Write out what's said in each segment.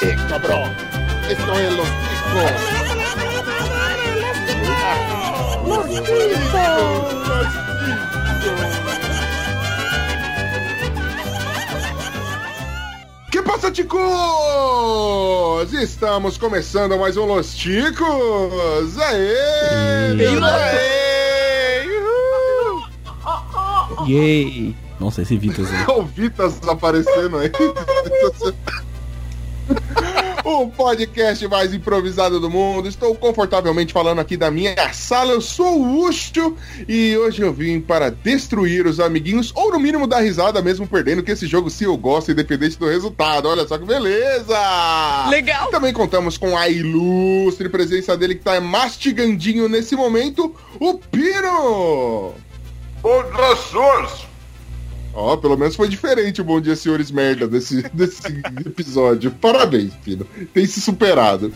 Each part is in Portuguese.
¡Cállate, cabrón! ¡Esto es los discos! ¡Los discos! ¡Los Que passa, Ticos? Estamos começando mais um Los Ticos! Aê! Aê! Uhul! Yay! Nossa, esse Vitas aí. o Vitas aparecendo aí. O podcast mais improvisado do mundo. Estou confortavelmente falando aqui da minha sala. Eu sou o Ucho e hoje eu vim para destruir os amiguinhos ou no mínimo dar risada mesmo perdendo que esse jogo se eu gosto independente do resultado. Olha só que beleza! Legal. Também contamos com a ilustre presença dele que tá mastigandinho nesse momento, o Pino. Outras suas. Ó, pelo menos foi diferente o Bom Dia Senhores Merda desse, desse episódio. Parabéns, Pino. Tem se superado.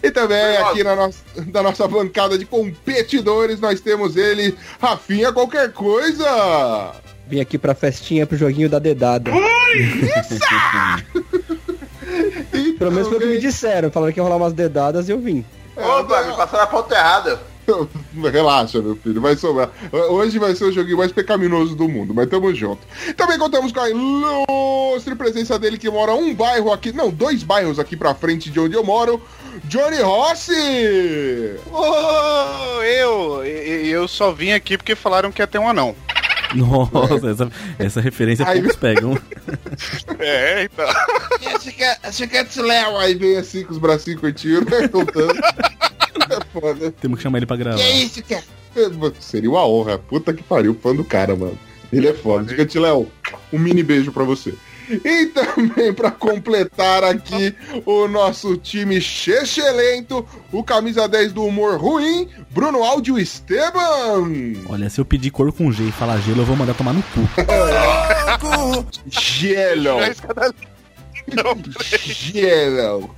E também Obrigado. aqui na nossa, da nossa bancada de competidores, nós temos ele, Rafinha Qualquer Coisa. Vim aqui pra festinha, pro joguinho da dedada. E Pelo menos foi o que me também- disseram. Falaram que ia rolar umas dedadas e eu vim. É, Opa, me passaram a pauta errada. Então, Relaxa, meu filho, vai sobrar. Hoje vai ser o joguinho mais pecaminoso do mundo, mas tamo junto. Também contamos com a ilustre presença dele que mora um bairro aqui, não, dois bairros aqui pra frente de onde eu moro, Johnny Rossi! Ô, eu, e- e- eu só vim aqui porque falaram que ia ter um anão. Nossa, essa, essa referência Aí- poucos pegam. É, então. é Léo, aí vem assim com os bracinhos curtindo, voltando. É foda. Temos que chamar ele pra gravar. isso, cara? Seria uma honra. Puta que pariu, fã do cara, mano. Ele é foda. Diga te Léo, um mini beijo pra você. E também pra completar aqui o nosso time excelente, o camisa 10 do humor ruim, Bruno Áudio Esteban. Olha, se eu pedir cor com G e falar gelo, eu vou mandar tomar no cu. Gelo. Tá Gelo.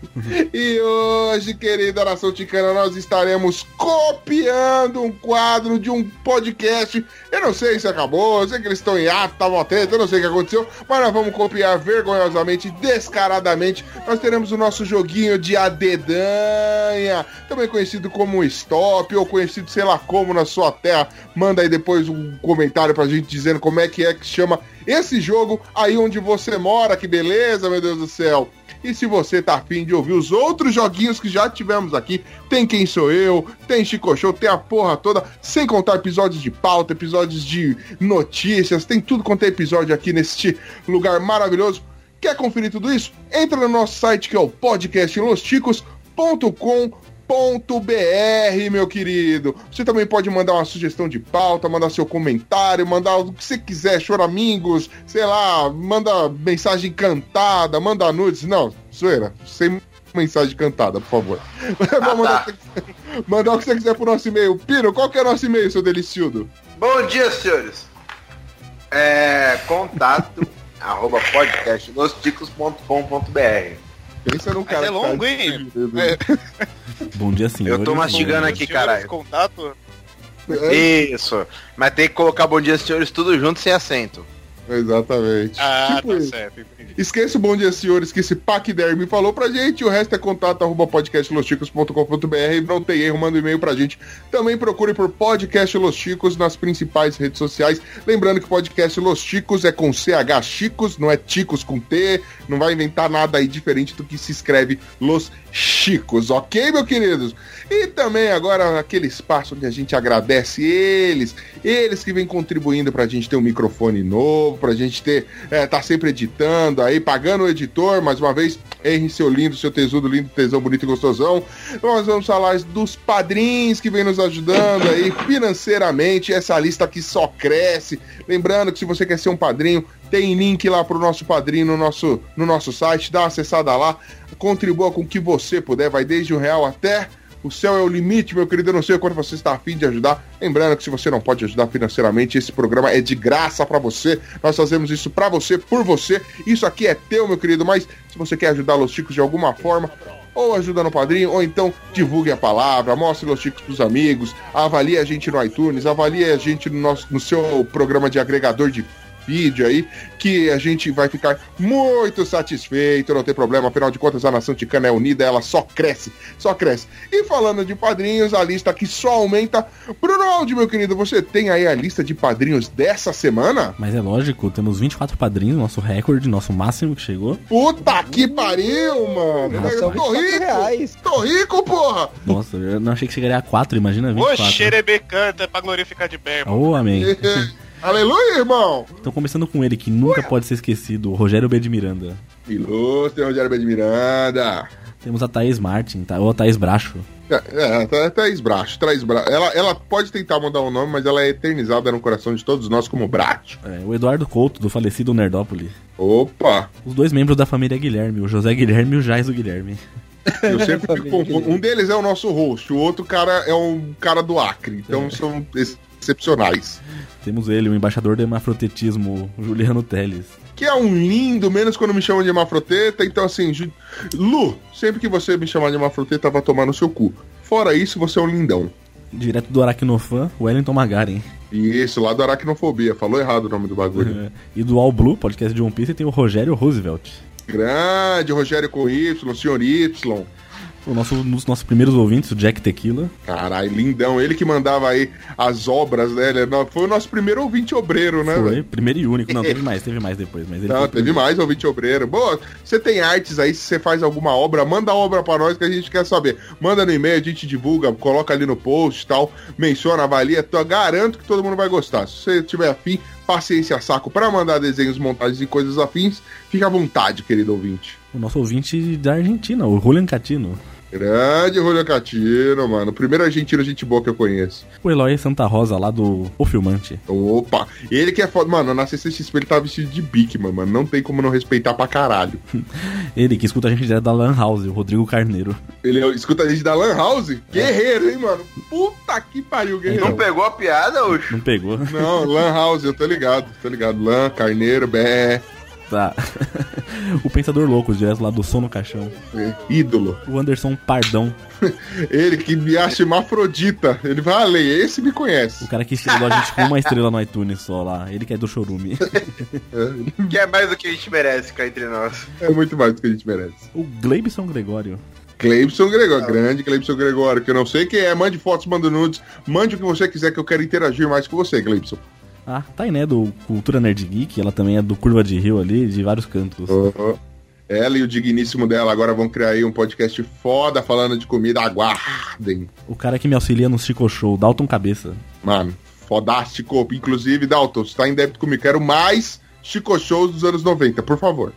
E hoje, querida nação ticana, nós estaremos copiando um quadro de um podcast. Eu não sei se acabou, eu sei que eles estão em ato, estavam atentos, eu não sei o que aconteceu, mas nós vamos copiar vergonhosamente, descaradamente. Nós teremos o nosso joguinho de adedanha, também conhecido como stop, ou conhecido sei lá como na sua terra. Manda aí depois um comentário pra gente dizendo como é que é que chama esse jogo aí onde você mora, que beleza, meu Deus do céu. E se você tá afim de ouvir os outros joguinhos que já tivemos aqui, tem Quem Sou Eu, tem Chico Show, tem a porra toda, sem contar episódios de pauta, episódios de notícias, tem tudo quanto é episódio aqui neste lugar maravilhoso. Quer conferir tudo isso? Entra no nosso site que é o podcastlosticos.com.br meu querido. Você também pode mandar uma sugestão de pauta, mandar seu comentário, mandar o que você quiser, choramingos, sei lá, manda mensagem cantada, manda nudes. Não, zoeira, sem mensagem cantada, por favor. Ah, Vou tá. mandar, mandar o que você quiser pro nosso e-mail. Pino, qual que é o nosso e-mail, seu deliciudo? Bom dia, senhores. É, contato arroba podcastlosticos.com.br Pensa num cara que é tá longo, hein? desiludido. Bom dia, sim. Eu tô mastigando aqui, Senhores, caralho. contato. É, Isso. Mas tem que colocar bom dia, senhores, tudo junto sem acento. Exatamente. Ah, Tipo tá isso. certo, entendi. Esqueça o bom dia, senhores, que esse Paquiderme falou pra gente. O resto é contato arroba podcastlosticos.com.br. Não tem erro, manda um e-mail pra gente. Também procure por Podcast Los Chicos nas principais redes sociais. Lembrando que Podcast Los Chicos é com CH Chicos, não é Ticos com T. Não vai inventar nada aí diferente do que se escreve Los Chicos, ok, meu queridos? E também agora aquele espaço onde a gente agradece eles, eles que vêm contribuindo pra gente ter um microfone novo, pra gente ter, é, tá sempre editando aí, pagando o editor, mais uma vez, Henry, seu lindo, seu tesudo lindo, tesão bonito e gostosão. Nós vamos falar dos padrinhos que vêm nos ajudando aí financeiramente, essa lista que só cresce. Lembrando que se você quer ser um padrinho, tem link lá pro nosso padrinho no nosso, no nosso site, dá uma acessada lá, contribua com o que você puder, vai desde um real até o céu é o limite, meu querido. Eu não sei quando você está afim de ajudar. Lembrando que se você não pode ajudar financeiramente, esse programa é de graça pra você. Nós fazemos isso pra você, por você. Isso aqui é teu, meu querido. Mas se você quer ajudar Los Chicos de alguma forma, ou ajuda no padrinho, ou então divulgue a palavra, mostre Los Chicos pros amigos, avalie a gente no iTunes, avalie a gente no, nosso, no seu programa de agregador de vídeo aí, que a gente vai ficar muito satisfeito, não tem problema, afinal de contas a nação ticana é unida, ela só cresce, só cresce. E falando de padrinhos, a lista aqui só aumenta. Bruno Aldi, meu querido, você tem aí a lista de padrinhos dessa semana? Mas é lógico, temos 24 padrinhos, nosso recorde, nosso máximo que chegou. Puta que pariu, mano! Nossa, Eu tô 24 rico! reais. Tô rico, porra! Nossa, eu não achei que chegaria a 4, imagina 24. Ô, xerebe canta pra glorificar de é bem, mano. Oh, amém. Aleluia, irmão! Então, começando com ele, que nunca pode ser esquecido, o Rogério B. de Miranda. Ilustre Rogério B. de Miranda. Temos a Thaís Martin, tá? ou a Thaís Bracho. É, é, tá- Thaís Bracho, Thaís Bracho. Ela, ela pode tentar mudar o nome, mas ela é eternizada no coração de todos nós como Bracho. É, o Eduardo Couto, do falecido Nerdópolis. Opa! Os dois membros da família Guilherme, o José Guilherme e o Jaiso Guilherme. Eu sempre me confundo. Um deles é o nosso host, o outro cara é um cara do Acre. Então são excepcionais. Temos ele, o embaixador do hemafrotetismo, o Juliano Teles. Que é um lindo, menos quando me chamam de hemafroteta. Então, assim, Ju- Lu, sempre que você me chamar de hemafroteta, vai tomar no seu cu. Fora isso, você é um lindão. Direto do Aracnofan, o Wellington Magaren. E esse lá do Aracnofobia, falou errado o nome do bagulho. É, E do All Blue, podcast de One Piece, tem o Rogério Roosevelt. Grande, Rogério com Y, senhor Y. O nosso, um dos nossos primeiros ouvintes, o Jack Tequila. Caralho, lindão. Ele que mandava aí as obras, né? Ele é no- foi o nosso primeiro ouvinte obreiro, né? Foi velho? primeiro e único. Não, teve mais, teve mais depois. Mas ele Não, foi o teve primeiro. mais ouvinte obreiro. Boa, você tem artes aí, se você faz alguma obra, manda a obra pra nós que a gente quer saber. Manda no e-mail, a gente divulga, coloca ali no post e tal, menciona, avalia. Tô, garanto que todo mundo vai gostar. Se você tiver afim, paciência saco pra mandar desenhos, montagens e coisas afins, fica à vontade, querido ouvinte. O nosso ouvinte da Argentina, o Julian Catino. Grande Rolho Catino, mano. Primeiro argentino gente boa que eu conheço. O Eloy Santa Rosa, lá do O Filmante. Opa! Ele que é foda. Mano, na CCXP ele tá vestido de Bikman, mano. Não tem como não respeitar pra caralho. Ele que escuta a gente direto da Lan House, o Rodrigo Carneiro. Ele é- escuta a gente da Lan House? Guerreiro, hein, mano? Puta que pariu, guerreiro. Não pegou a piada, Ucho? Não pegou? Não, Lan House, eu tô ligado, tô ligado. Lan, Carneiro, Bé, Tá. o Pensador Louco, direto lá do Som no Caixão. é, ídolo. O Anderson Pardão, Ele que me acha hermafrodita. Ele vai além, esse me o conhece. cara que estrelou a gente com uma estrela no iTunes só lá. Ele que é do Chorume. Que é mais do que a gente merece cá entre nós. É muito mais do que a gente merece. O Gleibson Gregório. Cleibson Gregório, grande Cleibson Gregório, que eu não sei quem é. Mande fotos, manda nudes. Mande o que você quiser, que eu quero interagir mais com você, Cleibson. Ah, Tainé do Cultura Nerd Geek, ela também é do Curva de Rio ali, de vários cantos. Uhum. Ela e o digníssimo dela agora vão criar aí um podcast foda falando de comida. Aguardem. O cara que me auxilia no Chico Show, Dalton Cabeça. Mano, fodástico. Inclusive, Dalton, você tá em débito comigo. Quero mais Chico Shows dos anos 90, por favor.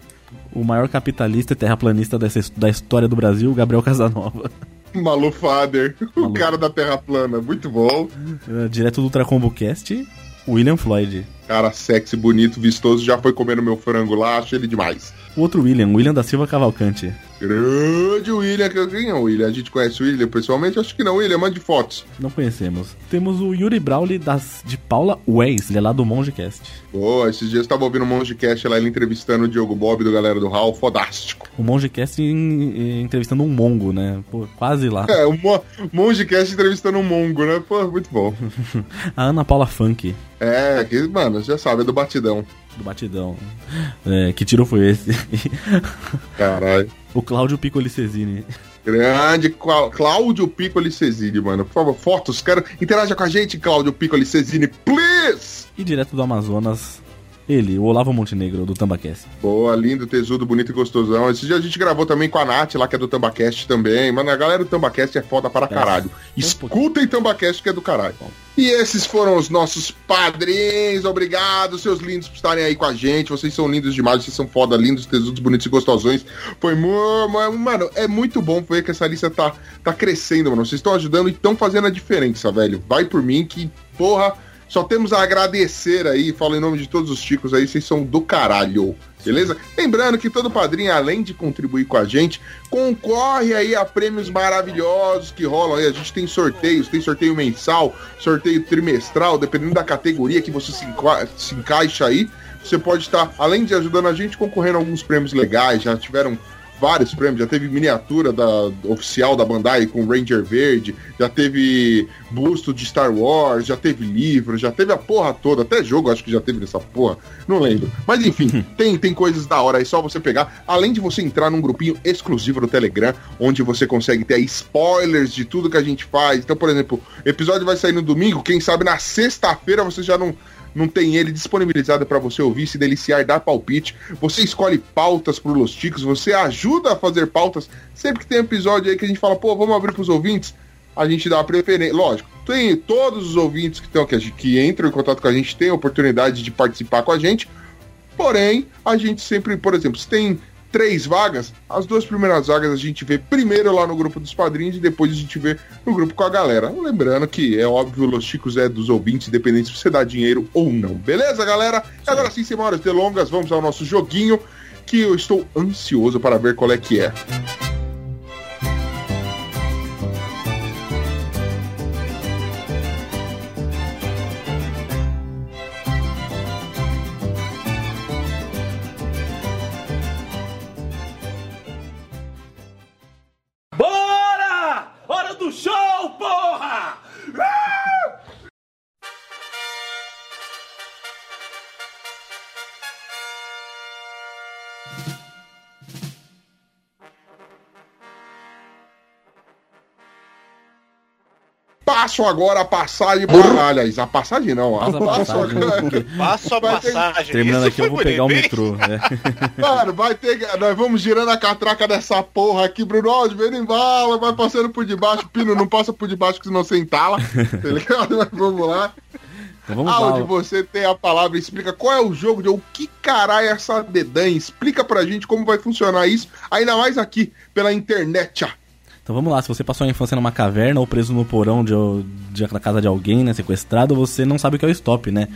O maior capitalista e terraplanista dessa, his- da história do Brasil, Gabriel Casanova. Malu Fader, o Malu. cara da Terra Plana, muito bom. Eh, Direto do Ultracombo Cast, William Floyd. Cara sexy, bonito, vistoso, já foi comendo meu frango lá, achei ele demais. O outro William, William da Silva Cavalcante. Grande William, que- quem é o William? A gente conhece o William pessoalmente? Acho que não, William, mande fotos. Não conhecemos. Temos o Yuri Brawley das, de Paula Weiss, ele é lá do Mongecast. Boa, esses dias eu tava ouvindo um monte de cast lá, ele entrevistando o Diogo Bob do Galera do Hall, fodástico. O Mongecast em- em- entrevistando um mongo, né? Pô, quase lá. É, o Mo Mongecast entrevistando um mongo, né? Pô, muito bom. A Ana Paula Funk, É, que, mano, já sabe, é do batidão. do Batidão. É, que tiro foi esse? Caralho. o Cláudio Piccoli Cesini. Grande Clá- Cláudio Piccoli Cesini, mano. Por favor, fotos, quero... Interaja com a gente, Cláudio Piccoli Cesini, please! E direto do Amazonas, ele, o Olavo Montenegro, do Tambacast. Boa, lindo, tesudo, bonito e gostosão. Esse dia a gente gravou também com a Nath, lá que é do Tambacast também. Mano, a galera do Tambacast é foda para caralho. Escutem Tambacast que é do caralho. E esses foram os nossos padrinhos. Obrigado, seus lindos, por estarem aí com a gente. Vocês são lindos demais, vocês são foda, lindos, tesudos, bonitos e gostosões. Foi, mu- mu- mano, é muito bom ver que essa lista tá, tá crescendo, mano. Vocês estão ajudando e estão fazendo a diferença, velho. Vai por mim que, porra, só temos a agradecer aí. Falo em nome de todos os ticos aí, vocês são do caralho. Beleza? Lembrando que todo padrinho, além de contribuir com a gente, concorre aí a prêmios maravilhosos que rolam aí. A gente tem sorteios, tem sorteio mensal, sorteio trimestral, dependendo da categoria que você se, enqua- se encaixa aí. Você pode estar, além de ajudando a gente, concorrendo a alguns prêmios legais. Já tiveram vários prêmios. Já teve miniatura da, oficial da Bandai com Ranger Verde, já teve busto de Star Wars, já teve livro, já teve a porra toda, até jogo acho que já teve nessa porra, não lembro. Mas enfim, tem, tem coisas da hora aí, só você pegar. Além de você entrar num grupinho exclusivo do Telegram, onde você consegue ter aí spoilers de tudo que a gente faz. Então, por exemplo, episódio vai sair no domingo, quem sabe na sexta-feira você já não não tem ele disponibilizado para você ouvir, se deliciar, dar palpite. Você escolhe pautas pro Los Ticos, você ajuda a fazer pautas. Sempre que tem episódio aí que a gente fala, pô, vamos abrir pros ouvintes, a gente dá a preferência. Lógico, tem todos os ouvintes que, estão que, a gente- que entram em contato com a gente, tem a oportunidade de participar com a gente. Porém, a gente sempre, por exemplo, se tem três vagas, as duas primeiras vagas a gente vê primeiro lá no grupo dos padrinhos e depois a gente vê no grupo com a galera. Lembrando que é óbvio, Los Chicos é dos ouvintes, independente se você dá dinheiro ou não. Beleza, galera? E agora sim, sem maiores delongas, vamos ao nosso joguinho que eu estou ansioso para ver qual é que é. Bora! Hora do show, porra! Passo agora a passagem para... Aliás, a passagem não. A Passa a passo passagem. né? agora... Passa a Vai ter- passagem. Terminando Isso aqui, eu foi vou pegar o bonito, hein? metrô. né? Mano, vai ter. que- Nós vamos girando a catraca dessa porra aqui, Bruno. Ó, vendo em bala, vai passando por debaixo. Pino, não passa por debaixo que senão você entala. Tá ligado? Mas vamos lá. Então vamos Aonde lá. você tem a palavra, explica qual é o jogo de o que caralho é essa dedanha. Explica pra gente como vai funcionar isso, ainda mais aqui pela internet. ah. Então vamos lá, se você passou a infância numa caverna ou preso no porão de, de, da casa de alguém, né, sequestrado, você não sabe o que é o stop, né?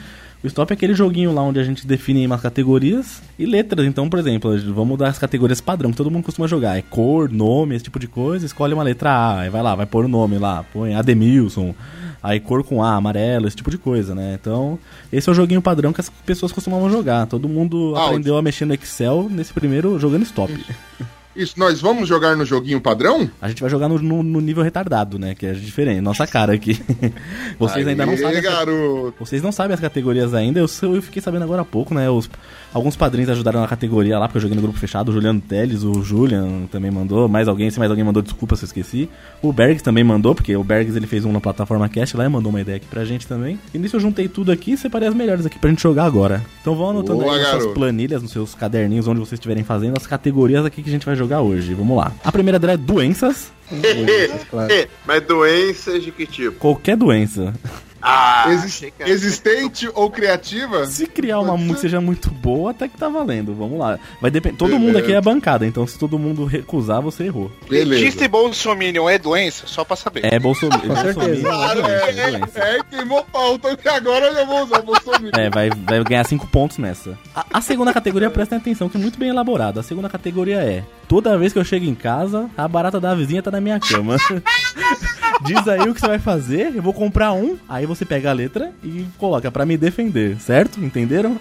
O stop é aquele joguinho lá onde a gente define umas categorias e letras. Então, por exemplo, vamos dar as categorias padrão que todo mundo costuma jogar. É cor, nome, esse tipo de coisa. Escolhe uma letra A, aí vai lá, vai pôr o nome lá, põe Ademilson. Aí cor com A, amarelo, esse tipo de coisa, né? Então, esse é o joguinho padrão que as pessoas costumavam jogar. Todo mundo Ah, aprendeu a mexer no Excel nesse primeiro jogando stop. Isso, nós vamos jogar no joguinho padrão? A gente vai jogar no, no- no nível retardado, né? Que é diferente, nossa cara aqui. Vocês ainda não Aê, sabem. essa- garoto. Vocês não sabem as categorias ainda, eu, sou- eu fiquei sabendo agora há pouco, né? Os, alguns padrinhos ajudaram na categoria lá, porque eu joguei no grupo fechado. O Juliano Teles, o Julian também mandou, mais alguém, se mais alguém mandou, desculpa se eu esqueci. O Bergs também mandou, porque o Bergs ele fez um na plataforma Cast lá e mandou uma ideia aqui pra gente também. E nisso eu juntei tudo aqui e separei as melhores aqui pra gente jogar agora. Então vão anotando Boa, aí nas suas garoto. planilhas, nos seus caderninhos, onde vocês estiverem fazendo, as categorias aqui que a gente vai jogar hoje. Vamos lá. A primeira dela é doenças, claro. Mas doenças de que tipo? qualquer doença. Ah, Exis- achei que era- assim. Existente ou criativa? Se criar uma música que seja muito boa, até que tá valendo. Vamos lá. Vai depender. Todo Beleza. mundo aqui é bancada, então se todo mundo recusar, você errou. Petista e Bolsominion é doença? Só pra saber. É Bolsonaro. Com certeza. Claro, é, é, é, queimou pau, então que agora eu já vou usar Bolsonaro. É, vai, vai ganhar 5 pontos nessa. A, a segunda categoria, prestem atenção, que é muito bem elaborada. A segunda categoria é: toda vez que eu chego em casa, a barata da vizinha tá na minha cama. Diz aí o que você vai fazer, eu vou comprar um, aí você pega a letra e coloca pra me defender, certo? Entenderam?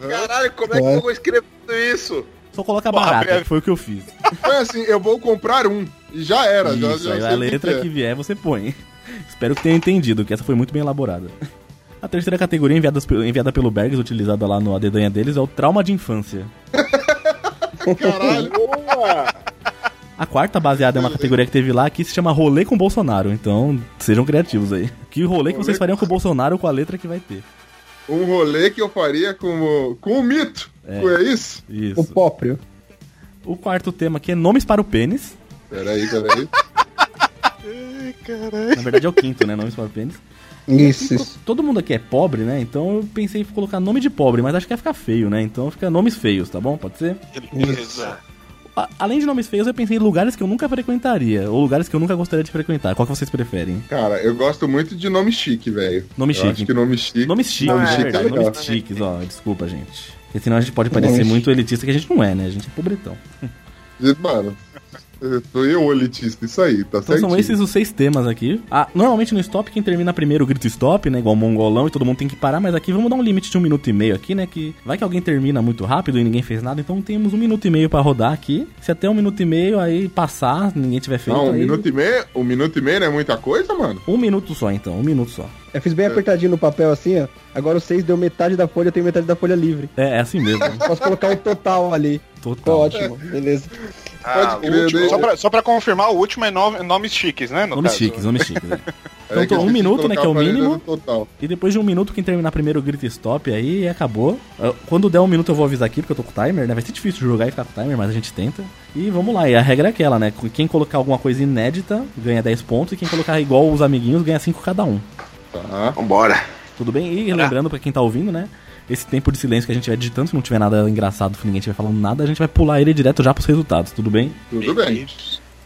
Caralho, como é que eu vou escrever tudo isso? Só coloca a Porra, barata, Breve. que foi o que eu fiz. Foi assim, eu vou comprar um. E já era, já, Isso, já aí sei a o que letra é. que vier você põe. Espero que tenha entendido, que essa foi muito bem elaborada. A terceira categoria enviadas pe- enviada pelo Bergs, utilizada lá no Adedanha deles, é o trauma de infância. Caralho. A quarta, baseada em uma categoria que teve lá, que se chama Rolê com Bolsonaro. Então, sejam criativos aí. Que rolê que vocês fariam com o Bolsonaro com a letra que vai ter? Um rolê que eu faria com o, com o mito. É. isso? O Isso. próprio. O quarto tema aqui é nomes para o pênis. Peraí, peraí. Na verdade é o quinto, né? Nomes para o pênis. Isso, Co- isso. Todo mundo aqui é pobre, né? Então eu pensei em colocar nome de pobre, mas acho que ia ficar feio, né? Então fica nomes feios, tá bom? Pode ser? Beleza. A- além de nomes feios, eu pensei em lugares que eu nunca frequentaria, ou lugares que eu nunca gostaria de frequentar. Qual que vocês preferem? Cara, eu gosto muito de nome chique, velho. Nome Eu Acho que chique. nome chique. Nomes chiques, Nome é chique é verdade, legal. nomes chiques, ó, desculpa, gente. Porque senão a gente pode parecer Nome muito elitista, que a gente não é, né? A gente é pobretão. E, Mano, Eu sou eu, elitista, isso aí, tá Então certo? são esses os seis temas aqui. Ah, normalmente no stop, quem termina primeiro grita stop, né? Igual mongolão e todo mundo tem que parar, mas aqui vamos dar um limite de um minuto e meio aqui, né? Que vai que alguém termina muito rápido e ninguém fez nada, então temos um minuto e meio pra rodar aqui. Se até um minuto e meio aí passar, ninguém tiver feito. Não, um aí- minuto e meio, um minuto e meio não é muita coisa, mano? Um minuto só, então, um minuto só. Eu fiz bem apertadinho no papel assim, ó. Agora o 6 deu metade da folha, eu tenho metade da folha livre. É, é assim mesmo. Posso colocar o total ali. Ficou Total. ótimo, beleza. Ah, Pode o crer, último, né? só, pra, só pra confirmar, o último é nove- nomes chiques, né? no Nomes caso? chiques, nomes chiques. é. É que Então, eu um esqueci de minuto, né, colocar que é o a planilha mínimo. no Total. E depois de um minuto, quem terminar primeiro grita stop aí e acabou. Eu- Quando der um minuto eu vou avisar aqui, porque eu tô com timer, né? Vai ser difícil jogar e ficar com timer, mas a gente tenta. E vamos lá, e a regra é aquela, né? Com- Quem colocar alguma coisa inédita ganha 10 pontos e quem colocar igual os amiguinhos ganha 5 cada um. Tá. Vambora. Tudo bem? E lembrando pra quem tá ouvindo, né? Esse tempo de silêncio que a gente vai digitando, se não tiver nada engraçado, se ninguém tiver falando nada, a gente vai pular ele direto já pros resultados, tudo bem? Tudo bem.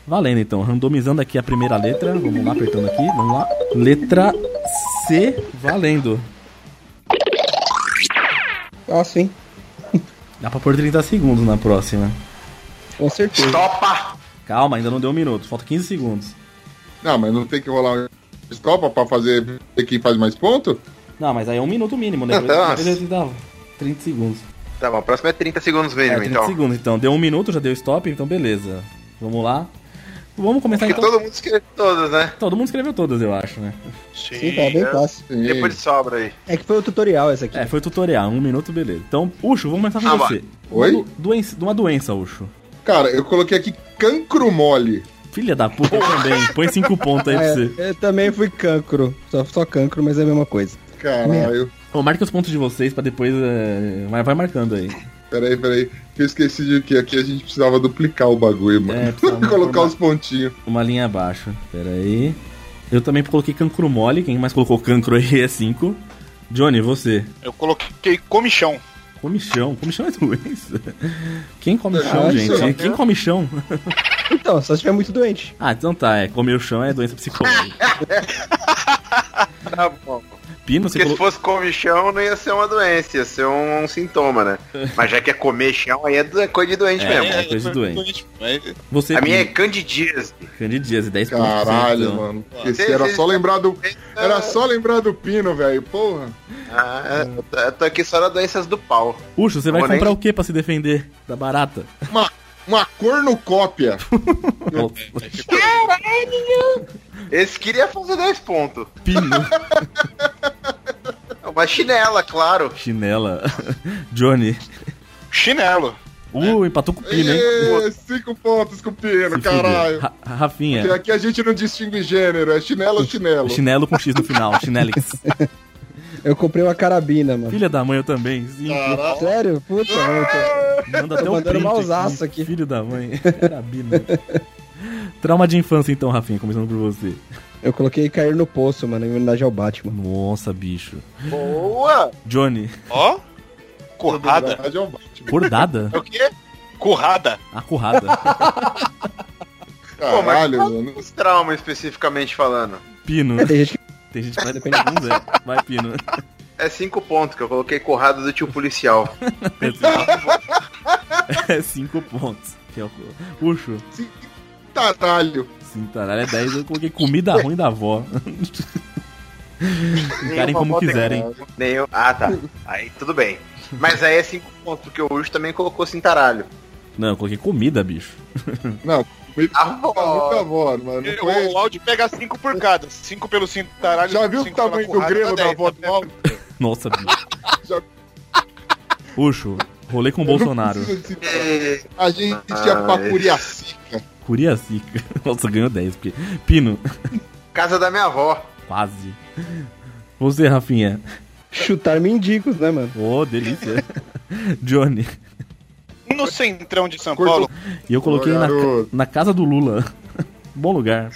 Valendo então, randomizando aqui a primeira letra, vamos lá, apertando aqui, vamos lá. Letra C, valendo. Nossa, hein? Dá pra pôr 30 segundos na próxima. Com certeza. Topa! Calma, ainda não deu um minuto, falta 15 segundos. Não, mas não tem que rolar um estopa pra fazer ver quem faz mais ponto? Não, mas aí é um minuto mínimo, né? Nossa. Depois eles davam 30 segundos. Tá bom, a próxima é 30 segundos É, mínimo, 30 então. segundos, então. Deu um minuto, já deu stop, então beleza. Vamos lá. Vamos começar Porque então. todo mundo escreve todas, né? Todo mundo escreveu todas, eu acho, né? Sim, Sim, tá bem fácil. Sim. Depois sobra aí. É que foi o tutorial essa aqui. É, foi tutorial, um minuto, beleza. Então, Ucho, vamos começar com Ah, você. Oi? Uma, do- doença, uma doença, Ucho. Cara, eu coloquei aqui cancro mole. Filha da puta, eu também. Põe 5 pontos aí pra Ah, você. é, eu também fui cancro. Só, só cancro, mas é a mesma coisa. Caralho. Ô, marque os pontos de vocês pra depois. é, Vai, vai marcando aí. Peraí, peraí. Que eu esqueci de que aqui a gente precisava duplicar o bagulho, mano. É, precisava Colocar formar. os pontinhos. Uma linha abaixo. Pera aí. Eu também coloquei cancro mole. Quem mais colocou cancro aí é 5. Johnny, você. eu coloquei comichão. Comichão. Comichão é doença. Quem come Ah, chão, isso é gente? não. Quem come chão? Então, só se estiver muito doente. Ah, então tá. É, comer o chão é doença psicológica. Tá bom. Pino, você Porque se colocou. fosse comer chão, não ia ser uma doença, ia ser um, um sintoma, né? Mas já que é comer chão, aí é do- é coisa de doente É, mesmo. é coisa de doente. Mas- Você, A minha é Pino. candidíase. Candidíase, 10 pontos. pra você, Caralho, então. mano. Esse era só lembrar do. é Era só lembrar do pino, velho. Porra. Ah, eu tô- eu tô aqui só na doenças do pau. Puxa, você vai Vou nem- comprar o que pra se defender da barata? Uma, uma cornucópia. Esse queria fazer 10 pontos. Pino. Uma chinela, claro. Chinela. Johnny. Chinelo. Uh, empatou com o Pino, hein? Ê, Cinco pontos com o pino, Se caralho. fudeu. Ra- Porque Rafinha. aqui a gente não distingue gênero, é chinelo ou chinelo. Chinelo com X no final. Chinelix. Eu comprei uma carabina, mano. Filha da mãe, eu também. Sim, Caralho. Sério? Puta, mano. manda Tô até um mandando print mausaço aqui. Filho da mãe. Carabina. Trauma de infância, então, Rafinha, começando por você. Eu coloquei cair no poço, mano, em homenagem ao Batman. Nossa, bicho. Boa! Johnny, Ó. Currada. Verdade é o Batman. bordada? É o quê? Currada. Acurrada. Pô, mas Caralho, mano. os traumas especificamente falando. Pino. É, Tem gente que Tem gente que vai depender de um zero. Vai, Pino. É 5 pontos que eu coloquei corrada do tio policial. É cinco pontos. Que é o... Puxo. Sim, tá Caralho. Sim, taralho, é 10. Eu coloquei comida ruim da avó. Ficarem como quiserem. Nenhum... Ah, tá. Aí tudo bem. Mas aí é 5 pontos, porque o Urso também colocou cintaralho. Não, eu coloquei comida, bicho. Ah, Nunca bom. vou, mano. Não foi- O, o Aldi pega cinco por cada. Cinco pelo cintaralho. Já viu o cinco pela tamanho do currada, grelo dá da dez, avó tá do vendo? Aldo? Nossa, bicho. Puxo, rolê com o Bolsonaro. assim, É, A gente ia pra Ai. Curiacica. Curiacica. Nossa, ganhou 10. Porque... Pino, Casa da minha avó. quase. Você, Rafinha. chutar mendigos, né, mano? Oh, delícia. Johnny. No centrão de São Cortou. Paulo. E eu coloquei Ô, na, garoto. na casa do Lula. Bom lugar.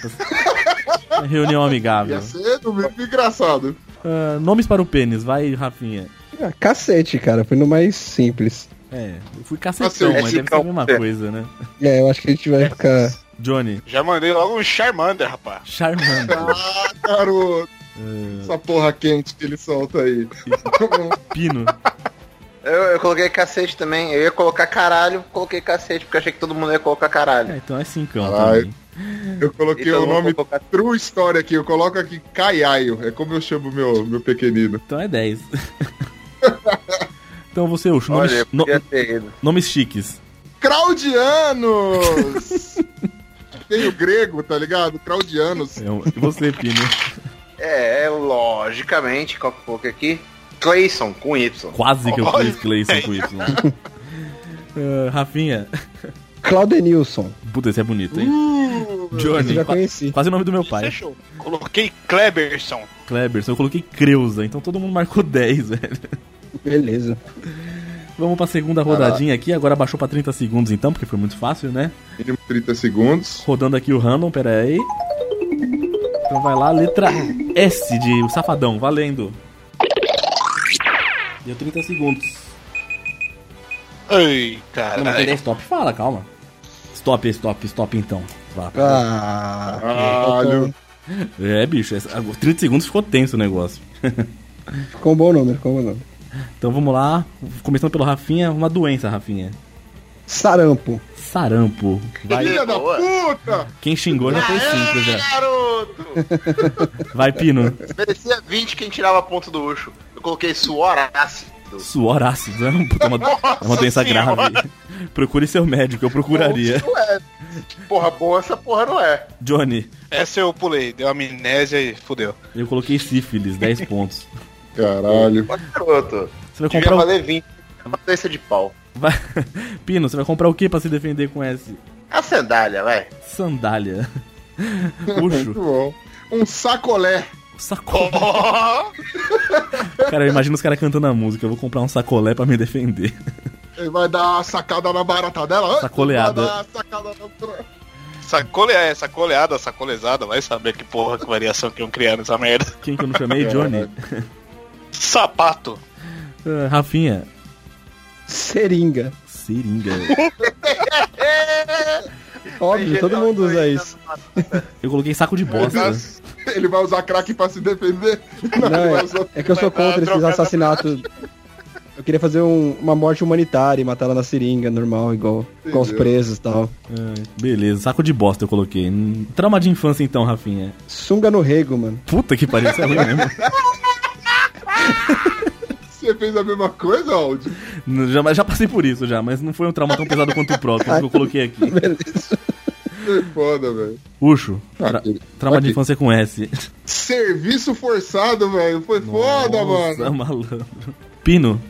Uma Reunião amigável. Ia ser no mínimo engraçado. Ah, nomes para o pênis, vai, Rafinha. Ah, cacete, cara. Foi no mais simples. É, eu fui cacetão, Cacete, mas deve ser a então, mesma é. coisa, né? É, eu acho que a gente vai ficar. Johnny, Já mandei logo um Charmander, rapaz. Charmander. Ah, Então, garoto. Essa porra quente que ele solta aí. Pino, Eu, eu coloquei cacete também. Eu ia colocar caralho, coloquei cacete, porque eu achei que todo mundo ia colocar caralho. É, então é cincão Caralho. também. Eu coloquei Então o eu vou nome colocar- True Story aqui. Eu coloco aqui Caiaio. É como eu chamo meu, meu pequenino. Então é 10. então você, Ucho, nomes, Olha, eu no- podia ter ido. nomes chiques. Claudianos! Tem o grego, tá ligado? Claudianos. É, um- e você, Pino? É, é, logicamente, qual que eu coloquei aqui? Clayson, com Y. Quase que eu Olha. fiz Clayson com isso. Ah, Rafinha. Claudenilson. Puta, esse é bonito, hein? Johnny. Esse eu já qua- conheci. Quase o nome do meu Uh, Isso é pai. show. Coloquei Kleberson. Kleberson. Eu coloquei Creuza, então todo mundo marcou 10, velho. Beleza. Vamos pra segunda rodadinha aqui. Agora baixou pra 30 segundos, então, porque foi muito fácil, né? Mínimo 30 segundos. Rodando aqui o random, pera aí. Então vai lá, letra S de Safadão, valendo. Deu 30 segundos. Ai, Não, mas é- tem caralho. 10 stop, fala, calma. Stop, stop, stop então. Vá. Ah, Caralho. É, bicho, essa- 30 segundos ficou tenso o negócio. ficou um bom número, ficou um bom número. Então vamos lá, começando pelo Rafinha, uma doença, Rafinha. Sarampo. Sarampo. Vai. Filha da boa. puta! Quem xingou já fez 5 já. É, Garoto! Vai, Pino. Merecia 20 quem tirava ponto do Ucho. Eu coloquei suor ácido. Suor ácido, é uma, é uma doença Senhora. grave. Procure seu médico, eu procuraria. Não é. Porra boa, essa porra não é. Johnny, Essa eu pulei. Deu amnésia e fudeu. eu coloquei sífilis, 10 pontos. Caralho. Ó, garoto. Você vai Devia um- comprar o... valer 20. É uma doença de pau. vai- Pino, você vai comprar o que pra se defender com esse? É A sandália, vai. Sandália. Puxo. Muito bom. Um sacolé. Sacolé. cara, eu imagino os caras cantando a música. Eu vou comprar um sacolé pra me defender. Ele vai dar uma sacada na barata dela. Sacoleada. Vai dar uma sacada na... Sacolear, é sacoleada, sacolezada. Vai saber que porra, que variação que iam criar nessa merda. Quem que eu não chamei? Johnny. Sapato. Ah, Rafinha. Seringa. Seringa. Óbvio, todo mundo usa isso. Eu coloquei saco de É bosta. Ele vai usar crack pra se defender. Não, ele Não, vai usar... é, é que eu sou Vai dar contra esses drogada assassinatos. Eu queria fazer um- uma morte humanitária e matar ela na seringa, normal, igual, igual os Entendeu. presos e tal. Ah, beleza, saco de bosta eu coloquei. Hum, Trauma de infância então, Rafinha. Sunga no rego, mano. Puta que pariu, isso é ruim mesmo. Você fez a mesma coisa, Aldi? Não, Já, mas já passei por isso já, mas não foi um trauma tão pesado quanto o próximo que eu coloquei aqui. Beleza. Que é foda, velho. Ucho, tra- Aquele- trauma de aqui. infância com S. Serviço forçado, velho. Foi foda, mano. Nossa, malandro. Pino.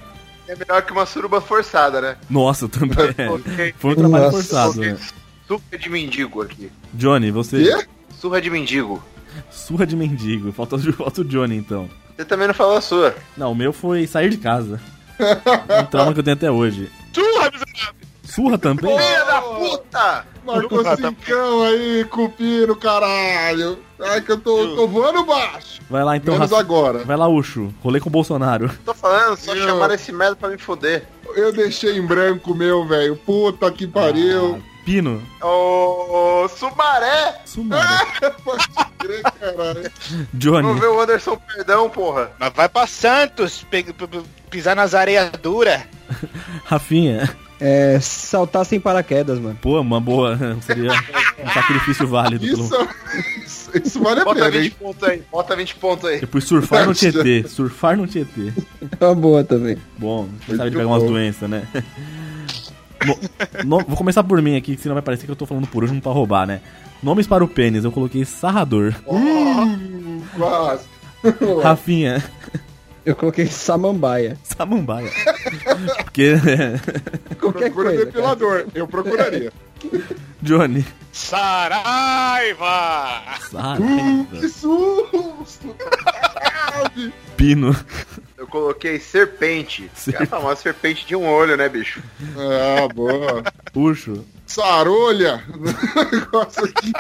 É melhor que uma suruba forçada, né? Nossa, também. Coloquei- Foi um trabalho Nossa. Ah, forçado. coloquei né? Surra de mendigo aqui. Johnny, você. Quê? Surra de mendigo. Surra de mendigo. Falta, falta o Johnny, então. Você também não falou a sua. Não, o meu foi sair de casa. É um trauma que eu tenho até hoje. Surra, miserável. Surra também? Filha da puta! Marcou Nunca, tá- cincão aí, cupino, caralho. Ai, que eu tô, tô voando baixo. Vai lá então, Menos Rafa. agora. Vai lá, Ucho. Rolê com o Bolsonaro. Tô falando, só Meu. chamaram esse merda pra me foder. Eu deixei em branco meu, velho. Puta que Ah, pariu. Pino. Ô, Sumaré! Sumara. Pode crer, caralho. Johnny. Vamos ver o Anderson Perdão, porra. Mas vai pra Santos pe- pe- pe- pisar nas areias duras. Rafinha. É, saltar sem paraquedas, mano. Pô, uma boa. Seria um sacrifício válido. Isso, Pelo... isso, isso vale É a Bota pena, hein? 20 pontos aí, bota 20 pontos aí. Eu pus surfar no Tietê. Surfar no Tietê. É uma boa também. Bom, quem Muito sabe de pegar umas bom. doenças, né? No- no- vou começar por mim aqui, que senão vai parecer que eu tô falando por último pra roubar, né? Nomes para o pênis, eu coloquei sarrador. Hum, quase. Rafinha, Eu coloquei samambaia. samambaia. Porque. Procura Qualquer coisa. cara. depilador. Eu procuraria. Johnny. Saraiva! Hum, Saraiva. que susto. Sabe? Pino. Eu coloquei serpente. Serpente. É a famosa serpente de um olho, né, bicho? Ah, boa. Urso. Sarolha. Negócio aqui.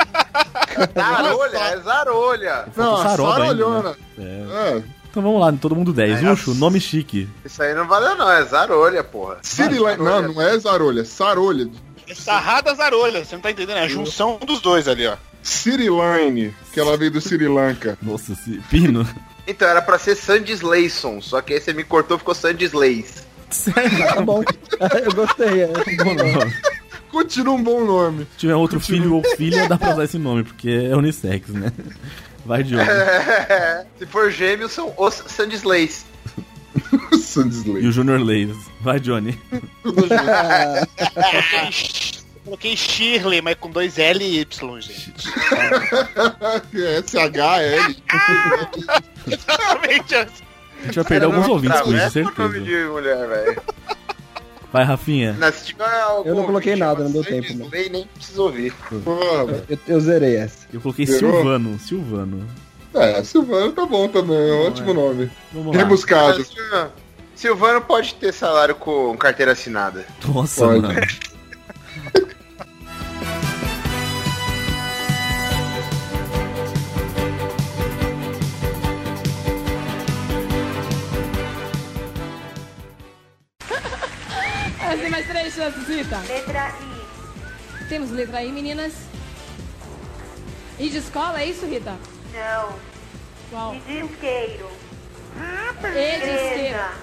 Tá, Zarolha, é zarolha. Faltou Não, saroba ainda, sarolhona. É. É. Então vamos lá, todo mundo 10. É, Urso, nome chique. Isso aí não valeu não, é zarolha, porra. Cirilé. Não, não é zarolha. Sarolha. É sarrada zarolha, você não tá entendendo? É a junção dos dois ali, ó. Cirilane, que ela veio do Sri Lanka. Nossa, se... Pino. Então era pra ser Sandy Slayson, só que aí você me cortou ficou Sandy Slays. Tá bom. Eu gostei. É. Bom nome. Continua um bom nome. Se tiver outro filho ou filha, dá pra usar esse nome, porque é unissex, né? Vai de homem. Se for gêmeos, são os Sandislays. E Sandsley. o Junior Leis. Vai, Johnny. Coloquei Shirley, mas com dois L e Y, gente. É, S-H-L. Exatamente assim. A gente vai perder alguns ouvintes com isso, é um nome certeza. de mulher, velho. Vai, Rafinha. Não, se tiver algum Eu não coloquei ouvinte nada, não deu chamado tempo, né? mano. Sandislay, nem preciso ouvir. Pô, Eu, eu zerei essa. Eu coloquei Zerou? Silvano. Silvano. É, Silvano tá bom também, é um ótimo nome. Vamos lá. Rebuscado. Mas, ah, Silvano pode ter salário com carteira assinada. Nossa, Olha. mano. Você tem mais três chances, Rita. Letra I. Temos letra I, meninas. E de escola, é isso, Rita? Não. Qual? E de isqueiro. E de esquerda.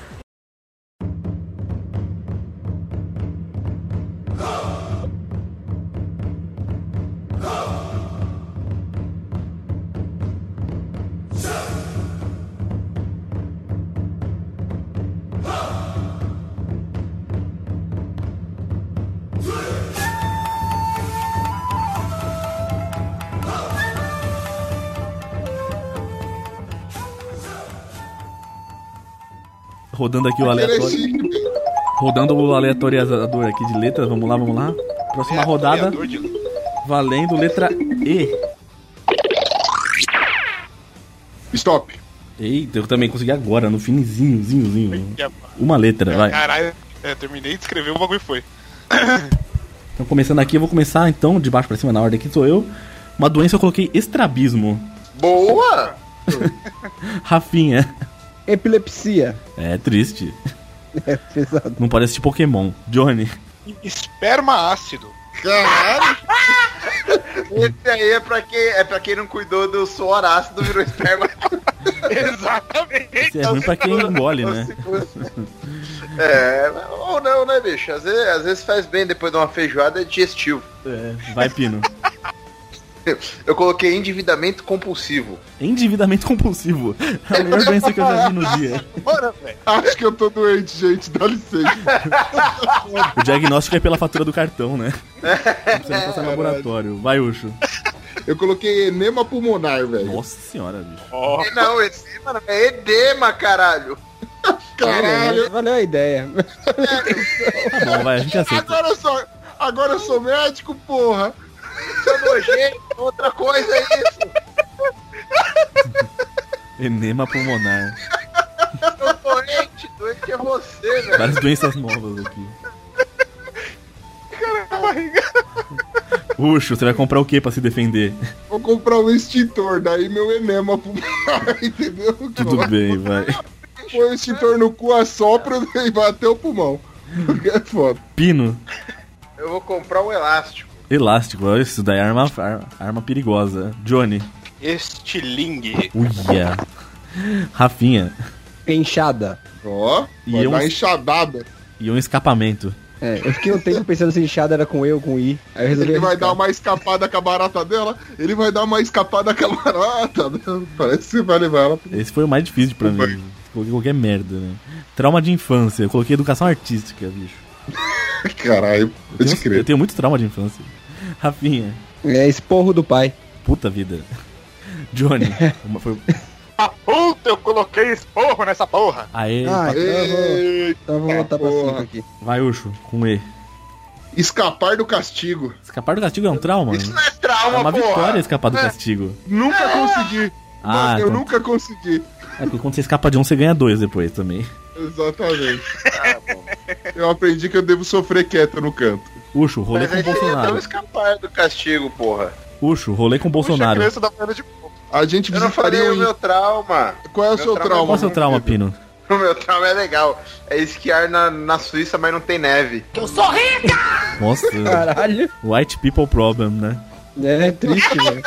Rodando aqui o Ele é aleatório. assim. chique, Rodando o aleatoriador aqui de letras. Vamos lá, vamos lá. Próxima rodada, Criador de- valendo letra E. Stop. Eita, eu também consegui agora, no finzinho, zinho, zinho. Uma letra, vai. Caralho, é, terminei de escrever o bagulho e foi. Então, começando aqui, eu vou começar então, de baixo pra cima, na ordem aqui sou eu. Uma doença eu coloquei estrabismo. Boa! Rafinha. Epilepsia. É triste. É pesado. Não parece de Pokémon. Johnny. Esperma ácido. Caralho, Esse aí é pra quem, é pra quem não cuidou do suor ácido, virou esperma. Exatamente. Isso é ruim pra quem engole, né? É, ou não, né, bicho? Às vezes, às vezes faz bem depois de uma feijoada é digestivo. É, vai, Pino. Eu coloquei endividamento compulsivo. É Endividamento compulsivo. É A melhor doença que eu já vi no dia. Bora, velho. acho que eu tô doente, gente, dá licença. O diagnóstico é pela fatura do cartão, né? Não precisa nem passar no laboratório. Vai, Ucho. Eu coloquei enema pulmonar, velho. Nossa senhora, bicho. Ó, E Não, edema não, é edema, caralho. Caralho, Valeu, valeu a ideia. Tá bom, vai, a gente aceita. agora eu sou, agora eu sou médico, porra. Seu nojento, outra coisa é isso. Enema pulmonar. Tô doente, doente é você, velho. Várias doenças novas aqui. Ucho, você vai comprar o que pra se defender? Vou comprar um extintor, daí meu enema pulmonar, entendeu? Tudo bem, vai. Põe o extintor no cu, assopra e vai até o pulmão. É foda. Pino, Eu vou comprar um elástico. elástico. olha Isso daí é arma, ar- arma perigosa. Johnny, estilingue. uia. Rafinha, Penchada. Ó, E é vai um eu- dar enxadada. e um escapamento. É, eu fiquei um tempo pensando se inchada era com eu, com I. Aí eu resolvi. é Ele vai dar arriscar. uma escapada com a barata dela, ele vai dar uma escapada com a barata dela. Parece que vai levar ela. pro- Esse foi o mais difícil pra mim. Coloquei qualquer merda, né? Trauma de infância. Eu coloquei educação artística, bicho. Caralho, Eu eu tenho, te creio. eu tenho muito trauma de infância. Rafinha, É esporro do pai. puta vida. Johnny, uma- foi. Ah, puta, eu coloquei esporro nessa porra. Aê, Ah, então eu vou, Ei, então eu vou voltar pra porra. cima aqui. vai, Ucho, com E. Escapar do castigo. Escapar do castigo é um trauma? Isso não é É trauma, uma porra. vitória escapar do castigo. Nunca consegui. Ah, Não, eu então- nunca consegui. é porque quando você escapa de um, você ganha dois depois também. Exatamente. Ah, eu aprendi que eu devo sofrer quieto no canto. Ucho, rolê Mas então com o aí seria tão Bolsonaro. escapar do castigo, porra. Ucho, rolê é com o Puxa a Bolsonaro. criança da perna de pau. A gente Eu não falei visitaria o um- meu trauma. Qual é o meu seu trauma- trauma? Qual é o seu trauma, Pino? O meu trauma é legal. É esquiar na, na Suíça, mas não tem neve. Eu sou rica! Nossa, Caralho. white people problem, né? É triste, velho.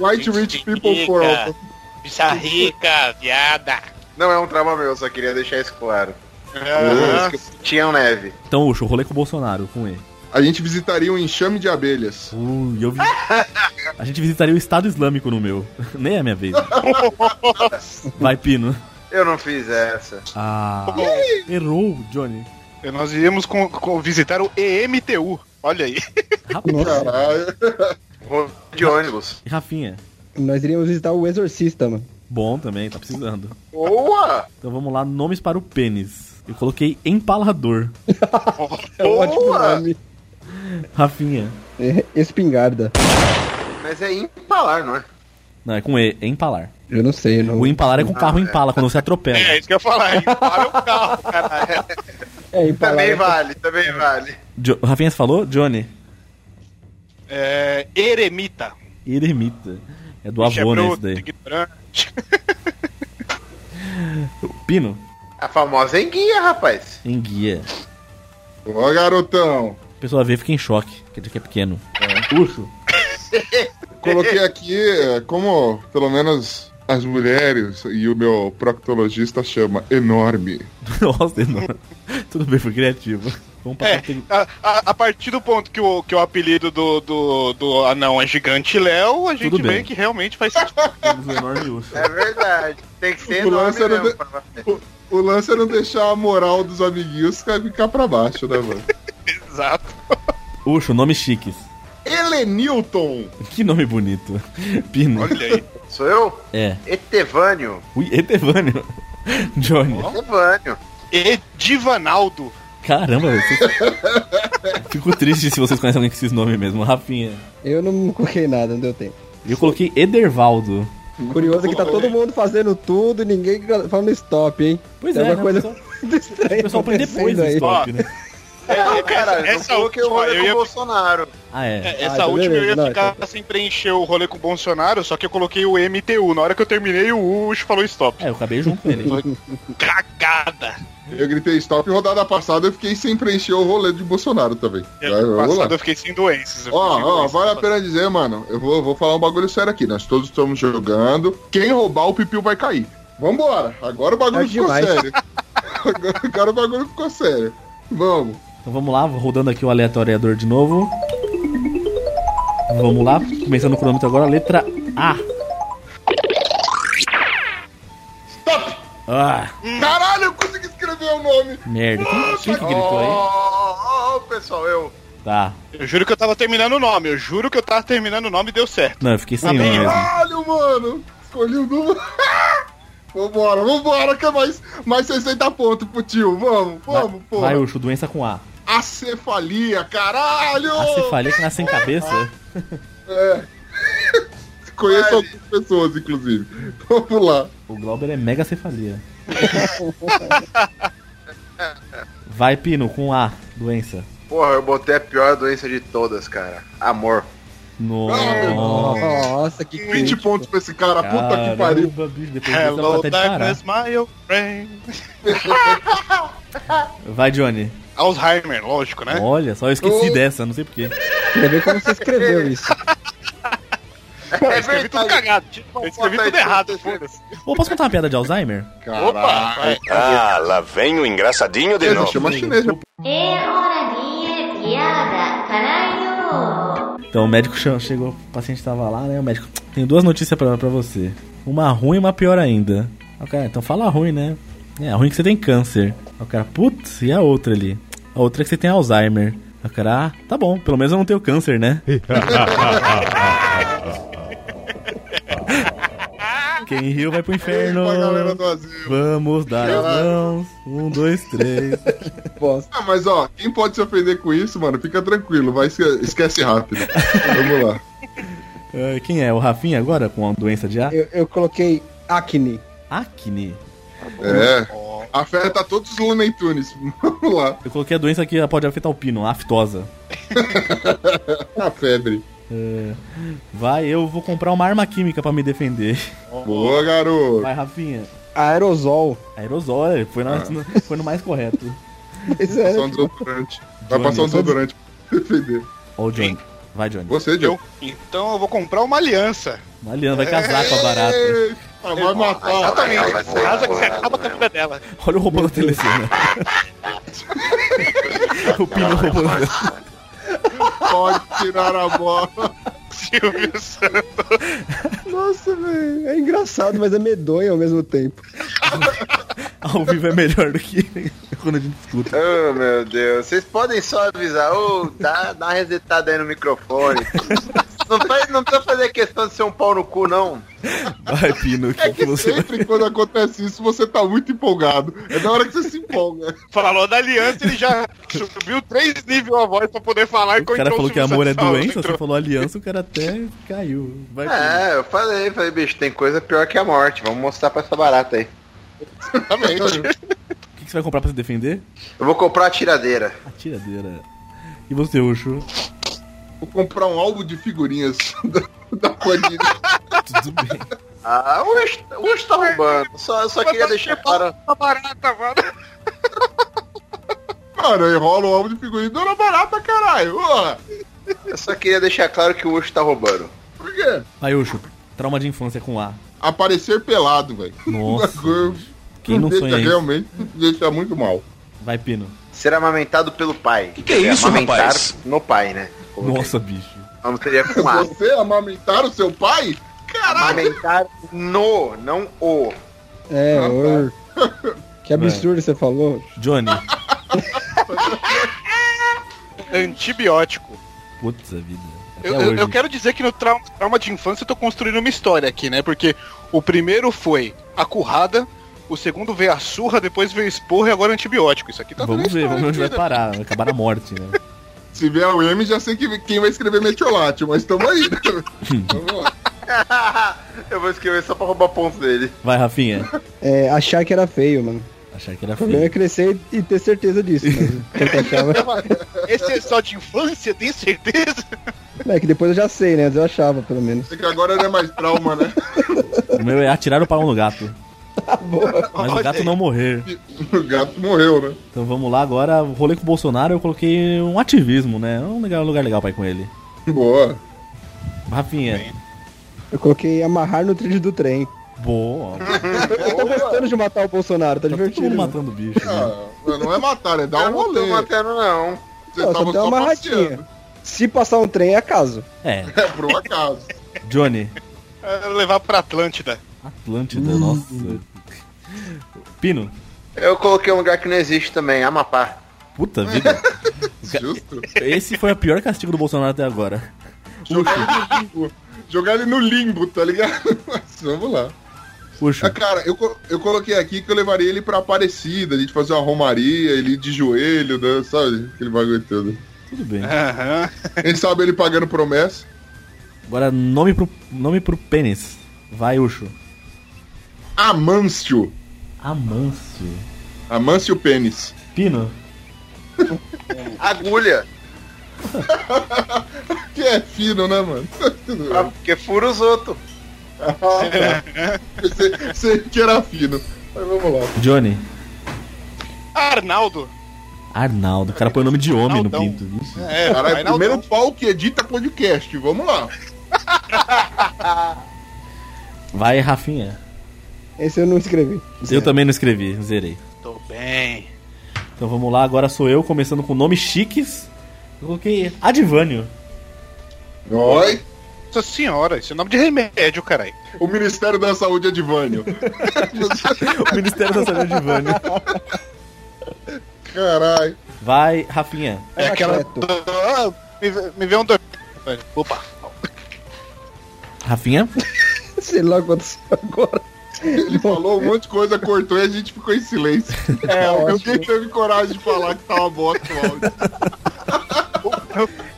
White Rich People for All. É, Bicha rica, viada. Não é um trauma meu, só queria deixar isso claro. Aham. Tinham neve. Então, Ucho, rolê com o Bolsonaro, com ele. A gente visitaria um enxame de abelhas. Ui, eu vi... A gente visitaria o Estado Islâmico no meu. Nem é a minha vez. Vai, Pino. Eu não fiz essa. Ah, errou, Johnny. E Nós iríamos com- com- visitar o EMTU. Olha aí. Rapaz, Caralho. Ro- De ônibus. e Rafinha. Nós iríamos visitar o Exorcista, mano. Bom também, tá precisando. Boa! Então vamos lá, nomes para o pênis. Eu coloquei empalador. É um ótimo Boa! nome. Rafinha. É, espingarda. Mas é impalar, não é? Não, é com E, é empalar. Eu não sei, não. O empalar é com o carro empala, quando você atropela. É isso que eu ia falar. Para o carro, caralho. É, empalar Também é- vale, também vale. Jo- Rafinha, você falou? Johnny? É, eremita. Eremita. É do Ixi, é avô, né, bruto, isso daí. ignorante. Pino, A famosa enguia, rapaz. em guia. Ó, garotão. A pessoa vê e fica em choque, quer dizer que é pequeno. Urso. Coloquei aqui eh, como, pelo menos, as mulheres e o meu proctologista chama enorme. Nossa, enorme. Tudo bem, foi criativo. Vamos pra É, cate- a, a- a partir do ponto que o, que o apelido do, do, do anão é Gigante Léo, a gente Tudo bem. vê que realmente faz sentido. Temos o enorme urso. É verdade. Tem que ser O lance enorme era mesmo de- pra valer. O lance é não deixar a moral dos amiguinhos ca- ficar pra baixo, né, mano? Exato. Urso, nome chiques. Helenilton! Que nome bonito. Pino. Olha aí. Sou eu? É. Etevânio. Ui, Etevânio. Johnny. Etevânio. E Divanaldo. Caramba, velho. vocês- Fico triste se vocês conhecem alguém com esses nomes mesmo. Rafinha. Eu não coloquei nada, não deu tempo. Eu coloquei Edervaldo. Curioso é que tá todo mundo fazendo tudo e ninguém falando stop, hein? Pois Tem é, alguma né, coisa pessoal? muito estranha O pessoal põe depois acontecendo do aí. stop, né? Não, caralho, eu É, essa coloquei o última, rolê eu com o ia- Bolsonaro. Ah, é. É, Ah, Essa tá última eu beleza, ia não, ficar então. sem preencher o rolê com o Bolsonaro, só que eu coloquei o MTU. Na hora que eu terminei, o Ucho falou stop. É, eu acabei junto com ele. Cagada! Eu gritei stop e rodada passada eu fiquei sem preencher o rolê de Bolsonaro também. Vai, vamos lá. Passado eu fiquei sem doenças. eu fiquei sem Ó, ó, doenças. vale a pena dizer, mano. Eu vou, vou falar um bagulho sério aqui. Nós todos estamos jogando. Quem roubar o pipiu vai cair. Vambora. Agora o bagulho É ficou demais. sério. Agora, agora o bagulho ficou sério. Vamos. Então vamos lá, rodando aqui o aleatoriador de novo. Vamos lá, começando o cronômetro agora, letra A. Stop! Ah, Caralho, eu consegui escrever o nome. merda. Quem, quem que Ó, gritou aí? ó, ó, pessoal, eu. Tá. Eu juro que eu tava terminando o nome, eu juro que eu tava terminando o nome e deu certo. Não, eu fiquei Tá sem nome mesmo. Caralho, mano. Escolhi o número. vambora, vambora, que é mais, mais 60 pontos pro tio. Vamos, vamos, pô. Vai, Ucho, doença com A. Acefalia, caralho. A cefalia que nasce sem cabeça? É. Conheço algumas pessoas, inclusive. Vamos lá. O Glauber é mega cefalia. Vai, Pino, com A, doença. Porra, eu botei a pior doença de todas, cara. Amor. Nossa. Nossa, que 20 crítico. pontos pra esse cara, puta que pariu. Caramba, bicho, depois dessa eu vou Hello, até de parar. darkness, my old friend. Vai, Johnny. Alzheimer, lógico, né? Olha, só eu esqueci É? Ô. dessa, não sei porquê. Quer ver como você escreveu isso? É escrevi tudo verdade. cagado. Tipo, eu escrevi tudo errado. foda-se. Ô, posso contar uma piada de Alzheimer? Caralho. Ah, lá vem o engraçadinho de Beleza, novo. chama chinesa. É hora de piada, caralho. Então o médico che- chegou, o paciente tava lá, né? O médico, tem duas notícias pra, pra você. Uma ruim e uma pior ainda. Aí O cara, então fala a ruim, né? É, a ruim é que você tem câncer. Aí O cara, putz, e a outra ali? A outra é que você tem Alzheimer. Aí O cara, ah, tá bom, pelo menos eu não tenho câncer, né? Quem riu vai pro inferno. Pra galera do asilo. Vamos dar as mãos. Um, dois, três. Bosta. Ah, mas ó, quem pode se ofender com isso, mano, fica tranquilo, vai esque- esquece rápido. Vamos lá. Ah, Quem é? O Rafinha agora com a doença de a- Eu, eu coloquei acne. acne? É. Afeta todos os Looney Tunes. Vamos lá. Eu coloquei a doença que ela pode afetar o pino, a aftosa. A Tá febre. Vai, eu vou comprar uma arma química pra me defender. Boa, garoto. Vai, Rafinha. Aerosol. Aerosol, é, foi, na- no, foi no mais correto. Pois Vai passar um desodorante. é, Vai Johnny, passar um desodorante pra defender. Ó o Johnny. Vai, Johnny. Você, Joe. Eu- Então eu vou comprar uma aliança. Mariana vai casar com a barata. matar, Ah, vai matar. Exatamente. Vai ser Casa que você explorado acaba com a mesmo. vida dela. Olha o robô da telecena. o pino robô da telecena. Pode tirar a bola. Silvio Santos. Nossa, velho. É engraçado, mas é medonho ao mesmo tempo. Ao vivo é melhor do que quando a gente escuta. Oh, meu Deus. Vocês podem só avisar. Ô, dá, dá uma resetada aí no microfone. Não, faz, não precisa fazer questão de ser um pau no cu, não. Vai, Pino, o que, É que que você vai... sempre quando acontece isso, você tá muito empolgado. É na hora que você se empolga. Falou da aliança, ele já subiu três níveis a voz pra poder falar e O cara falou que amor é doença, você Entrou. falou aliança, o cara até caiu. Vai, Pino. É, eu falei, falei, bicho, tem coisa pior que a morte. Vamos mostrar pra essa barata aí. Tá Exatamente. O que, que você vai comprar pra se defender? Eu vou comprar a tiradeira. A tiradeira. E você, Ucho? Vou comprar um álbum de figurinhas da, da Panini. Tudo bem. Ah, o Ush- o Ush tá roubando. Só, eu só queria deixar claro. Tá barata, mano. Cara, enrola o álbum de figurinhas. Dona Barata, caralho. Ô, Eu só queria deixar claro que o Ush tá roubando. Por quê? Vai, Ucho. Trauma de infância com A. Aparecer pelado, velho. Nossa. Bagulho. Quem não deixa sonha isso? realmente, deixa muito mal. Vai, Pino. Ser amamentado pelo pai. Que que é isso, rapaz? no pai, né? Coloquei. Nossa, bicho. Não seria com A. Você amamentar o seu pai? Caralho. Amamentar no, não o. É, or... Que absurdo você falou. Johnny. É Antibiótico. Putz, a vida. Até Eu, eu- É hoje. eu quero dizer que no trau- trauma de infância eu tô construindo uma história aqui, né? Porque o primeiro foi a currada, o segundo veio a surra, depois veio esporro e agora é antibiótico. Isso aqui tá Vamos dando ver, vamos ver onde vai história parar. Vai acabar na morte, né? Se vier o M, já sei que, quem vai escrever metiolate, mas tamo aí. né? Vamos lá. eu vou escrever só pra roubar ponto dele. Vai, Rafinha. É, achar que era feio, mano. Achar que era O problema é feio. crescer e ter certeza disso. Mano. Tanto achava... aqui. Esse é só de infância, tem certeza? É que depois eu já sei, né? Mas eu achava, pelo menos. É que agora não é mais trauma, né? O meu é atirar o pau no gato. Mas o Olha gato aí. não morrer. O gato morreu, né? Então vamos lá agora. O rolê com o Bolsonaro eu coloquei um ativismo, né? É Um legal- lugar legal pra ir com ele. Boa. Rafinha. Eu coloquei amarrar no trilho do trem. Boa. Eu tô gostando de matar o Bolsonaro, tá Tá todo divertido. mundo mano. matando bicho. Né? Ah, não é matar, é dar eu um não tô rolê. matando, não. Você tá Não, só tem uma passeando. amarradinha. Se passar um trem, é acaso. Ah. É, É, por um acaso. Johnny. É, levar pra Atlântida. Atlântida, Hum. nossa. Pino. Eu coloquei um lugar que não existe também, Amapá. Puta vida. Justo. Esse foi o pior castigo do Bolsonaro até agora. Jogar ele no limbo. Jogar ele no limbo, tá ligado? Mas vamos lá. Puxa. Tá. Ah, cara, eu, co- eu coloquei aqui que eu levaria ele pra Aparecida, a gente fazer uma romaria, ele de joelho, né? sabe? Aquele bagulho todo. Tudo bem. Aham. Quem sabe ele pagando promessa. Agora, nome pro, nome pro pênis. Vai, Ucho. Amâncio. Amâncio. Amâncio Pênis. Pino. Agulha. Que é fino, né, mano? pra- Ah. Porque fura os outros. Pensei, pensei que era fino. Mas vamos lá. Johnny. Arnaldo. Arnaldo. O cara põe o nome de homem no Arnaldão. pinto. Ixi. É, Caralho, Arnaldão. primeiro pau que edita podcast. Vamos lá. Vai, Rafinha. Esse eu não escrevi. Eu também não escrevi, zerei. Tô bem. Então vamos lá, agora sou eu, começando com nomes chiques. Eu coloquei Adivânio. Oi. Nossa senhora, isso é nome de remédio, caralho. O Ministério da Saúde é de Vânio. O Ministério da Saúde Adivânio. Caralho. Vai, Rafinha. É aquela. Anacleto. Ah, Me, vê- me vê um do... Opa. Rafinha? Sei lá quanto sou agora. Ele falou um monte de coisa, cortou e a gente ficou em silêncio. É, ninguém teve coragem de falar que tava bosta o áudio.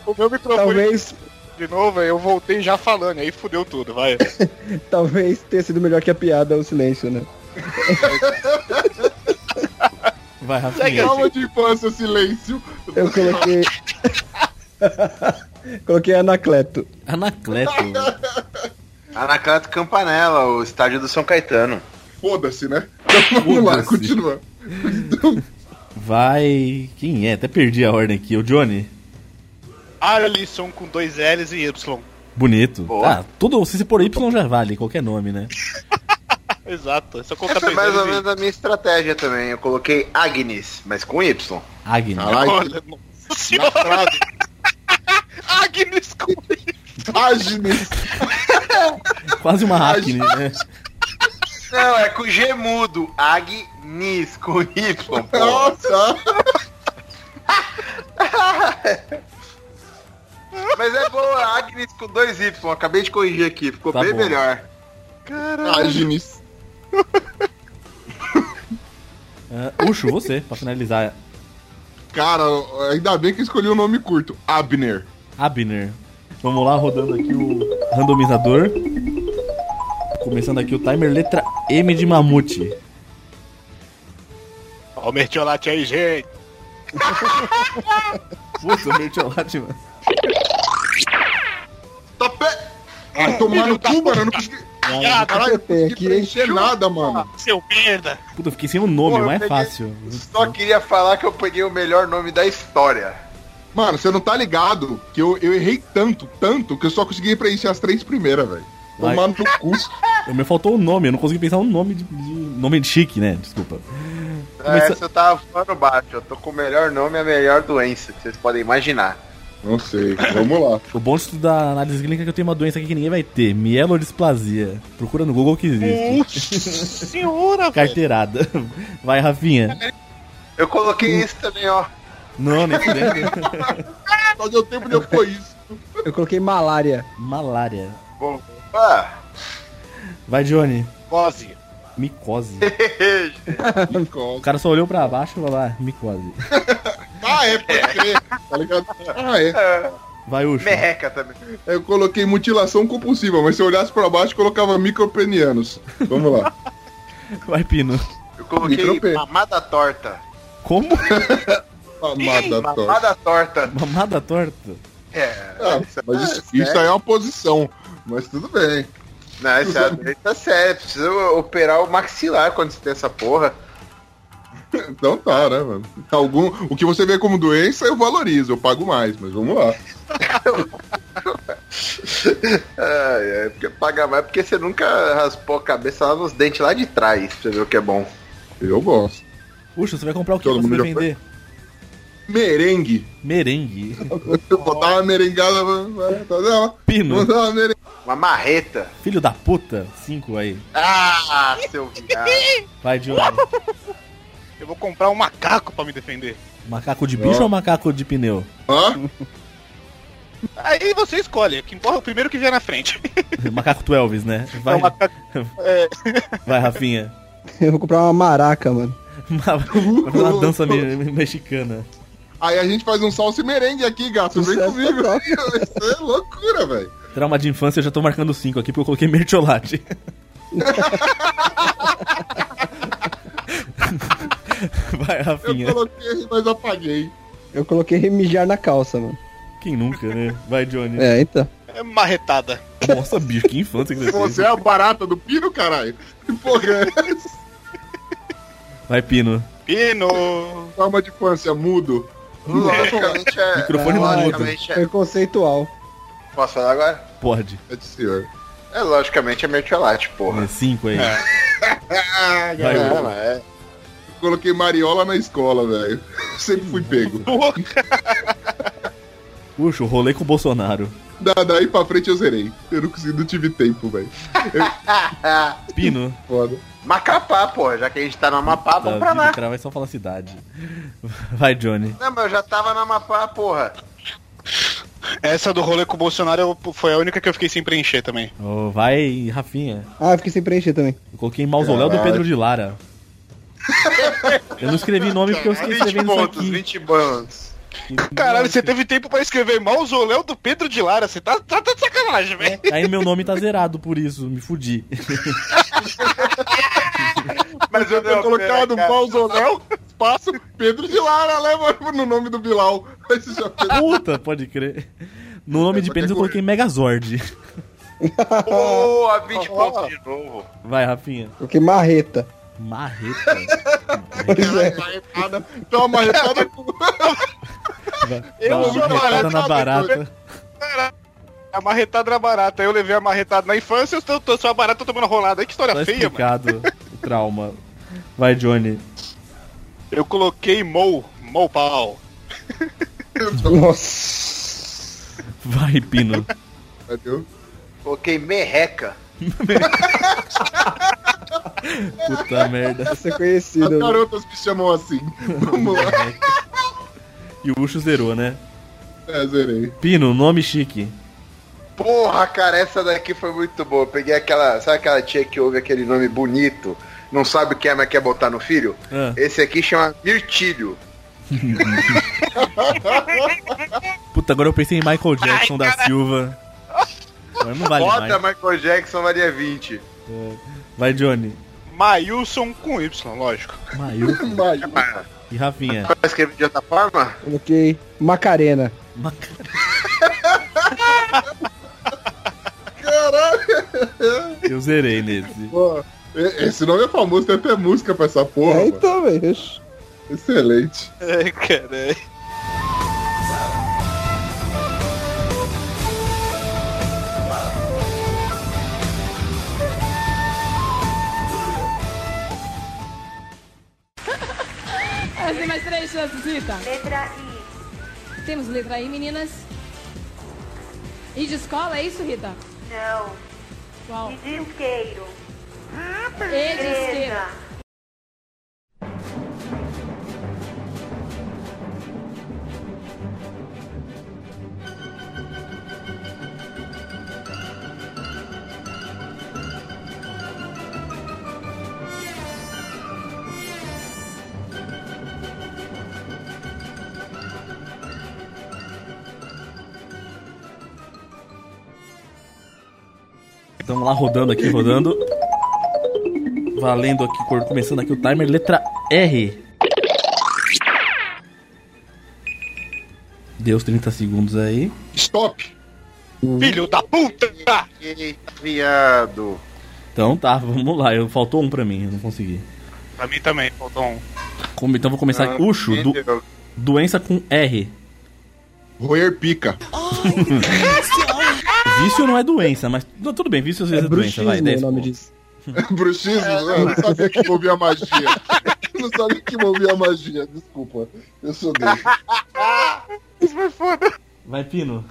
O meu microfone Talvez, de novo, eu voltei já falando, aí fudeu tudo, vai. talvez tenha sido melhor que a piada o silêncio, né? Vai, Segue Rafinha. assim. Calma de infância, silêncio. Eu coloquei. coloquei Anacleto. Anacleto. Anacleto Campanella, o estádio do São Caetano. Foda-se, né? Então vamos lá, Foda-se. continua. Vai. Quem é? Até perdi a ordem aqui. O Johnny. Alisson com dois L's e Y. Bonito. Boa. Ah, tudo. Se você pôr Y já vale, qualquer nome, né? Exato, é só colocar Essa foi dois mais ou L's menos a minha estratégia também. Eu coloquei Agnes, mas com Y. Agni. e- Caralho, Olha, nossa na senhora. frase. Agnes com Agnes. Quase uma Acne, né? Não, é com G mudo. Agnes com Y. Pô. Nossa. Mas é boa, Agnes com dois Y. Acabei de corrigir aqui, ficou Tá bem boa. melhor. Agnes. Uh, Ucho, você, pra finalizar. Cara, ainda bem que eu escolhi um nome curto. Abner. Abner. Vamos lá, rodando aqui o randomizador. Começando aqui o timer, letra M de mamute. Ó, o mertiolate aí, gente. Putz, o mertiolate, mano. Tá pé! Ah, tomar no cu, mano. Eu não consegui. Caralho, eu não Tem consegui aqui, hein? preencher nada, mano. Seu merda. Puta, eu fiquei sem o nome, Porra, mas é peguei- fácil. Só queria falar que eu peguei o melhor nome da história. Mano, você não tá ligado que eu, eu errei tanto, tanto, que eu só consegui preencher as três primeiras, velho. Vai. Tomar no cu. Eu- Me faltou o nome, eu não consegui pensar um nome de, de- nome de chique, né? Desculpa. É, Começa- Essa eu tava falando baixo. Eu tô com o melhor nome e a melhor doença que vocês podem imaginar. Não sei. Vamos lá. O bom de estudar análise clínica é que eu tenho uma doença aqui que ninguém vai ter. Mielodisplasia. Procura no Google que É. existe. Senhora, velho. Carteirada. Vai, Rafinha. Eu Hum. coloquei isso também, ó. Não, nem fudendo. Só deu tempo de eu pôr isso. Eu coloquei malária. Malária. Bom, ah, Vai, Johnny. Pose. Micose. O Nicole. cara só olhou pra baixo e falou, ah, micose. Ah, é, pode crer. Tá ligado? Ah, é. Vai, Ucho. merreca também. Eu coloquei mutilação compulsiva, mas se eu olhasse pra baixo, colocava micropenianos. Vamos lá. Vai, Pino. Eu coloquei Micropê. mamada torta. Como? Amada torta. Mamada torta. Mamada torta? É. Ah, mas isso, isso aí é uma posição. Mas tudo bem. Não, essa é a doença séria. Precisa operar o maxilar quando você tem essa porra. Então tá, né, mano? Algum, o que você vê como doença, eu valorizo, eu pago mais, mas vamos lá. É, é porque paga mais porque você nunca raspou a cabeça lá nos dentes lá de trás pra você ver o que é bom. Eu gosto. Ucho, você vai comprar o que pra Todo você mundo já vender? Merengue. Merengue. Eu botar uma merengada. vai, tá, não, Pino. vou dar uma merengada. Uma marreta. Filho da puta. Cinco aí. Ah, seu viado. Vai, Johnny. Eu vou comprar um macaco pra me defender. Macaco de bicho Ó. ou macaco de pneu? Hã? Aí você escolhe, o que importa é o primeiro que vier na frente. macaco 12, né? Vai, É um macaco é. vai Rafinha. Eu vou comprar uma maraca, mano. Uma, uma dança me- me- mexicana. Aí a gente faz um salsa e merengue aqui, gato. Vem Sucesso comigo. total. Isso é loucura, velho. Trauma de infância, eu já tô marcando cinco aqui porque eu coloquei mertiolate. Vai, Eu Rafinha. coloquei, mas apaguei. Eu coloquei mijar na calça, mano. Quem nunca, né? Vai, Johnny. É, então. é marretada. É. Nossa, bicho, que infância que você Você teve. é a barata do pino, caralho. Que porra é essa? Vai, Pino. Pino! Trauma de infância, mudo. Logicamente é. Microfone mudo. logicamente é. Foi conceitual. Posso falar agora? Pode. É de senhor. É, logicamente é mertiolate, porra. Né, Cinco aí. Ah, Vai, galera. Ucho. É, Coloquei mariola na escola, velho. Sempre fui pego. Puxa, rolê com o Bolsonaro. Da, daí pra frente eu zerei. Eu não consegui, não tive tempo, velho. Pino. Foda. Macapá, porra, já que a gente tá no Amapá, vamos Tá, pra lá. O cara vai só falar cidade. Vai, Johnny. Não, mas eu já tava no Amapá, porra. Essa do rolê com o Bolsonaro eu- foi a única que eu fiquei sem preencher também. Ô, vai, Rafinha. Ah, eu fiquei sem preencher também. Eu coloquei mausoléu do Caralho. Pedro de Lara. Eu não escrevi nome porque eu fiquei 20 escrevendo isso pontos, aqui. 20 pontos. Caralho, você teve tempo pra escrever mausoléu do Pedro de Lara. Você tá, tá, tá de sacanagem, velho. Aí meu nome tá zerado por isso, me fudi. Mas eu Foi tenho colocado colocado um Pausonel, espaço, Pedro de Lara, leva no nome do Bilal. Esse já fez- Puta, pode crer. No nome É, de só pênis que eu coloquei Megazord. Boa, 20 pontos de novo. Vai, Rafinha. Coloquei marreta. Marreta. Pois é. Marretada. Então uma marretada com Vai- Eu vai sou marretada marretada, na barata. A marretada era barata. Eu levei a marretada na infância, eu tô, tô só a barata tomando rolada. Aí que história Tá feia, explicado o trauma. Vai, Johnny. mano. Eu coloquei mou, mou pau. Nossa. Vai, Pino. Entendeu? Coloquei merreca. Puta merda. Essa é As conhecida. garotas me chamam assim. Vamos lá. E o Ucho zerou, né? É, zerei. Pino, nome chique. Porra, cara, essa daqui foi muito boa. Eu peguei aquela. Sabe aquela tia que ouve aquele nome bonito? Não sabe o que é, mas quer botar no filho? Ah. Esse aqui chama Mirtilho. Puta, agora eu pensei em Michael Jackson da Silva. Agora não vale Bota mais. Michael Jackson Maria 20. Vai, Johnny. Mailson com Y, lógico. né? Maio Vai. e Rafinha. Vai escrever de outra forma? Coloquei Macarena. Maca- Caralho. Eu zerei nesse. Pô, e- Esse nome é famoso, tem até música pra essa porra. É, mano. então, velho. Excelente. Ai, caralho. Elas têm mais três chances, Rita. Letra I. Temos letra I, meninas. I de escola, é isso, Rita? Não. Qual? E de isqueiro. E de esquerda. Estamos lá rodando aqui, rodando. Valendo aqui, cor- começando aqui o timer, letra R. Deu os 30 segundos aí. Stop. Filho da puta! Eita, tá viado. Então tá, vamos lá. Eu, faltou um pra mim, eu não consegui. Pra mim também, faltou um. Como- então vou começar aqui. Ucho, do- Ah, Entendeu? doença com R. Roer pica. Vício não é doença, mas. não, tudo bem, vício às vezes é, É doença, vai. bruxismo 10 o nome pontos. disso. Bruxismo? Eu não sabia que envolvia magia. Eu não sabia que envolvia magia. Desculpa. Eu sou dele. Vai, Pino.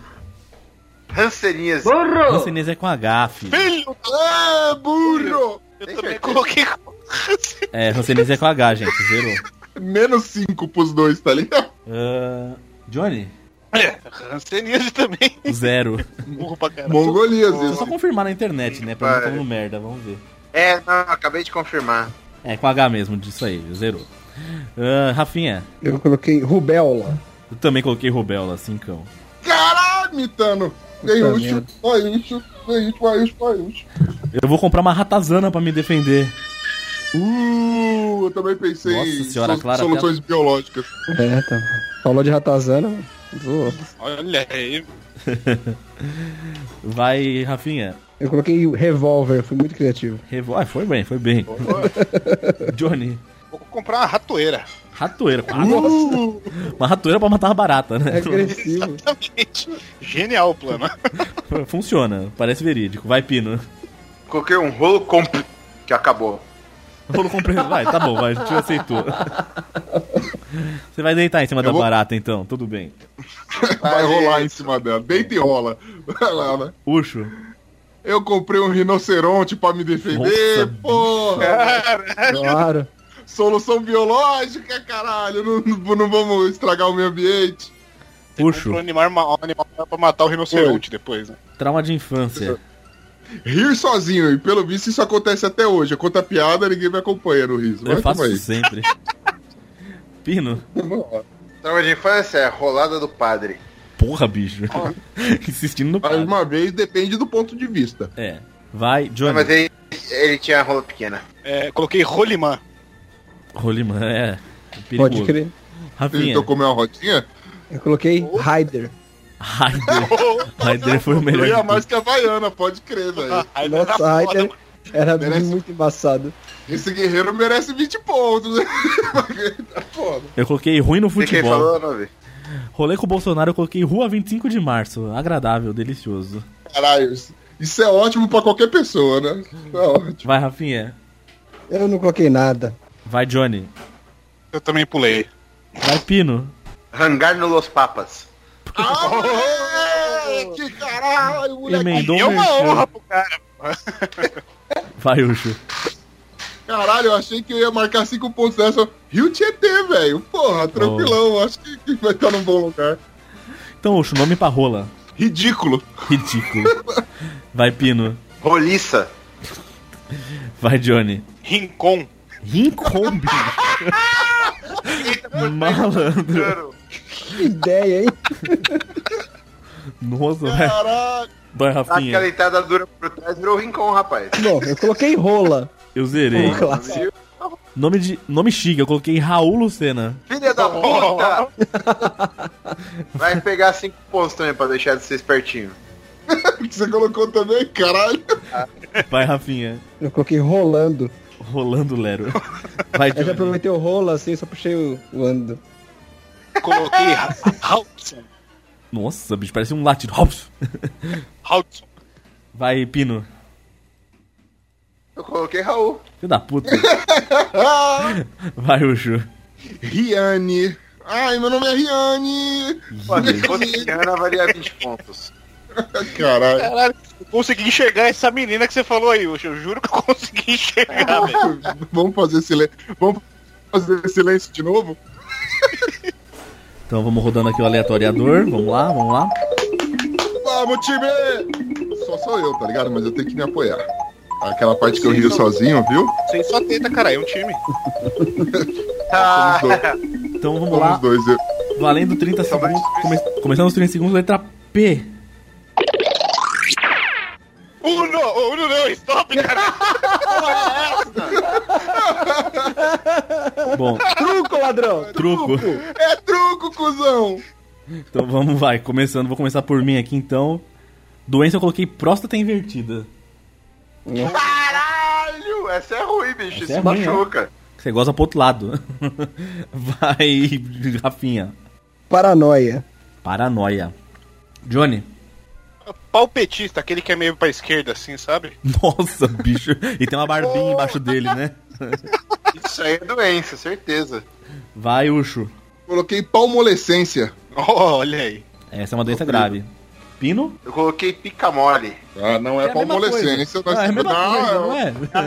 Rancelinhas. Rancinês é com H, filho. Filho! Ah, burro! Eu também coloquei com É, Rancinês é com H, gente. Zerou. Menos 5 pros dois, tá ligado? Ah, Johnny? É, Hanseníase também. Zero. Burro pra caralho. Mongolias, Só só isso. confirmar na internet, né? Pra não Vai. falando merda, vamos ver. É, não, acabei de confirmar. É, com H mesmo, disso aí, zerou. Ah, Rafinha, Eu coloquei Rubéola. eu também coloquei Rubel lá, cincão. Caralho, Mitano! Tem Puta Ucho, merda. vai Ucho, vai Ucho, vai Ucho, vai Ucho. Eu vou comprar uma ratazana pra me defender. Uh, eu também pensei Nossa em senhora, so- Clara, soluções biológicas. É, tá. então. Falou de ratazana, mano. Zoou. Olha aí. Vai, Rafinha. Eu coloquei o revólver, fui muito criativo. Revo... Ah, foi bem, foi bem. Johnny, Vou comprar uma ratoeira. ratoeira. com água. Uma ratoeira pra matar uma barata, É né? agressivo. Exatamente. Genial o plano. Funciona, parece verídico. Vai, Pino. Coloquei um rolo comp que acabou. Rolo compressor. Vai, tá bom, vai, te aceitou. Você vai deitar em cima da vou- barata, então, tudo bem. Vai Vai rolar em isso. cima dela. Deita e rola. Vai lá, né? Ucho. Eu comprei um rinoceronte pra me defender, Nossa, porra! Claro. Solução biológica, caralho! Não, não- não vamos estragar o meio ambiente. Ucho. Pro um animal, ma- animal pra matar o rinoceronte depois, né? Trauma de infância. Rir sozinho, e pelo visto isso acontece até hoje. Eu conto a piada, ninguém me acompanha no riso. Eu Mas faço toma isso aí. sempre. Pino. Vamos lá. Trauma de infância é rolada do padre. Porra, bicho. Insistindo no Mais padre. uma vez, depende do ponto de vista. É. Vai, Não, mas Johnny. ele, ele tinha a rola pequena. É, coloquei rolimã. Rolimã, é. Pode Perigoso. crer. Ele Rafinha. tocou minha rodinha? Eu coloquei Raider. Raider. Raider foi o Eu melhor. ia de tudo. mais que a Havaiana, pode crer, velho. Aí não era Nossa, foda, Raider era Merece. muito embaçado. Esse guerreiro merece 20 pontos. Tá foda. Eu coloquei ruim no O que que ele futebol. falou, Novi? Rolê com o Bolsonaro, eu coloquei Rua 25 de Março. Agradável, delicioso. Caralho, isso- isso é ótimo pra qualquer pessoa, né? É ótimo. Vai, Rafinha. Eu não coloquei nada. Vai, Johnny. Eu também pulei. Vai, Pino. Hangar no Los Papas. Ah, que caralho, moleque. Emendou E é o uma merchan. honra pro cara. Vai, Ucho. Caralho, eu achei que eu ia marcar cinco pontos dessa. Rio Tietê, velho. Porra, tranquilão. Acho que que vai estar num bom lugar. Então, Ucho, nome pra rola. Ridículo. Ridículo. Vai, Pino. Roliça. Vai, Johnny. Rincon. Rincombi. Malandro. Que ideia, hein? Nossa, vai. Caralho. Vai, Rafinha. Aquela entrada dura por trás virou rincon, rapaz. Bom, eu coloquei rola. um Eu zerei. Como classe. Nome de. Nome chique, eu coloquei Raul Lucena. Filha da puta! Vai pegar cinco pontos também pra deixar de ser espertinho. que Você colocou também, caralho. Vai, Rafinha. Eu coloquei rolando. Rolando Lero. Vai, Eu já Johnny. aproveitei o rola assim, só puxei o o ando. Coloquei Ra- Hudson. Nossa, bicho, parece um latido. Hops. Hudson. Vai, Pino. Eu coloquei Raul. Filho da puta. Vai, Ucho. Riane. Ai, meu nome é Riane. Pô, se fosse Rihanna, valia 20 pontos. Caralho. Caralho, eu consegui enxergar essa menina que você falou aí, Ucho. Eu juro que eu consegui enxergar, velho. Vamos fazer silêncio. Vamos fazer silêncio de novo? Então vamos rodando aqui o aleatoriador. Vamos lá, vamos lá. Vamos, time! Só sou eu, tá ligado? Mas eu tenho que me apoiar. Aquela parte que eu rio sozinho, viu? Sem sua teta, cara. É um time. Ah, Somos dois. Então vamos lá. Somos dois. eu- Valendo 30 segundos. Come... Começando os 30 segundos, letra P. Uno, Uno não, stop, cara. Bom, Truco, ladrão! truco. É truco, cuzão! Então vamos, vai. Começando, vou começar por mim aqui então. Doença eu coloquei próstata invertida. caralho! Essa é ruim, Essa bicho. Isso é ruim, machuca. Você goza pro outro lado. Vai, Rafinha. Paranoia. Paranoia. Johnny. Palpetista, aquele que é meio pra esquerda, assim, sabe? Nossa, bicho. E tem uma barbinha embaixo dele, né? Isso aí é doença, certeza. Vai, Ucho. Coloquei palmolescência. Olha aí. Essa é uma doença grave. Pino? Eu coloquei pica mole. Ah, não é, a mesma palmolescência. nós- coisa. Ah, é a mesma Não, coisa, é- não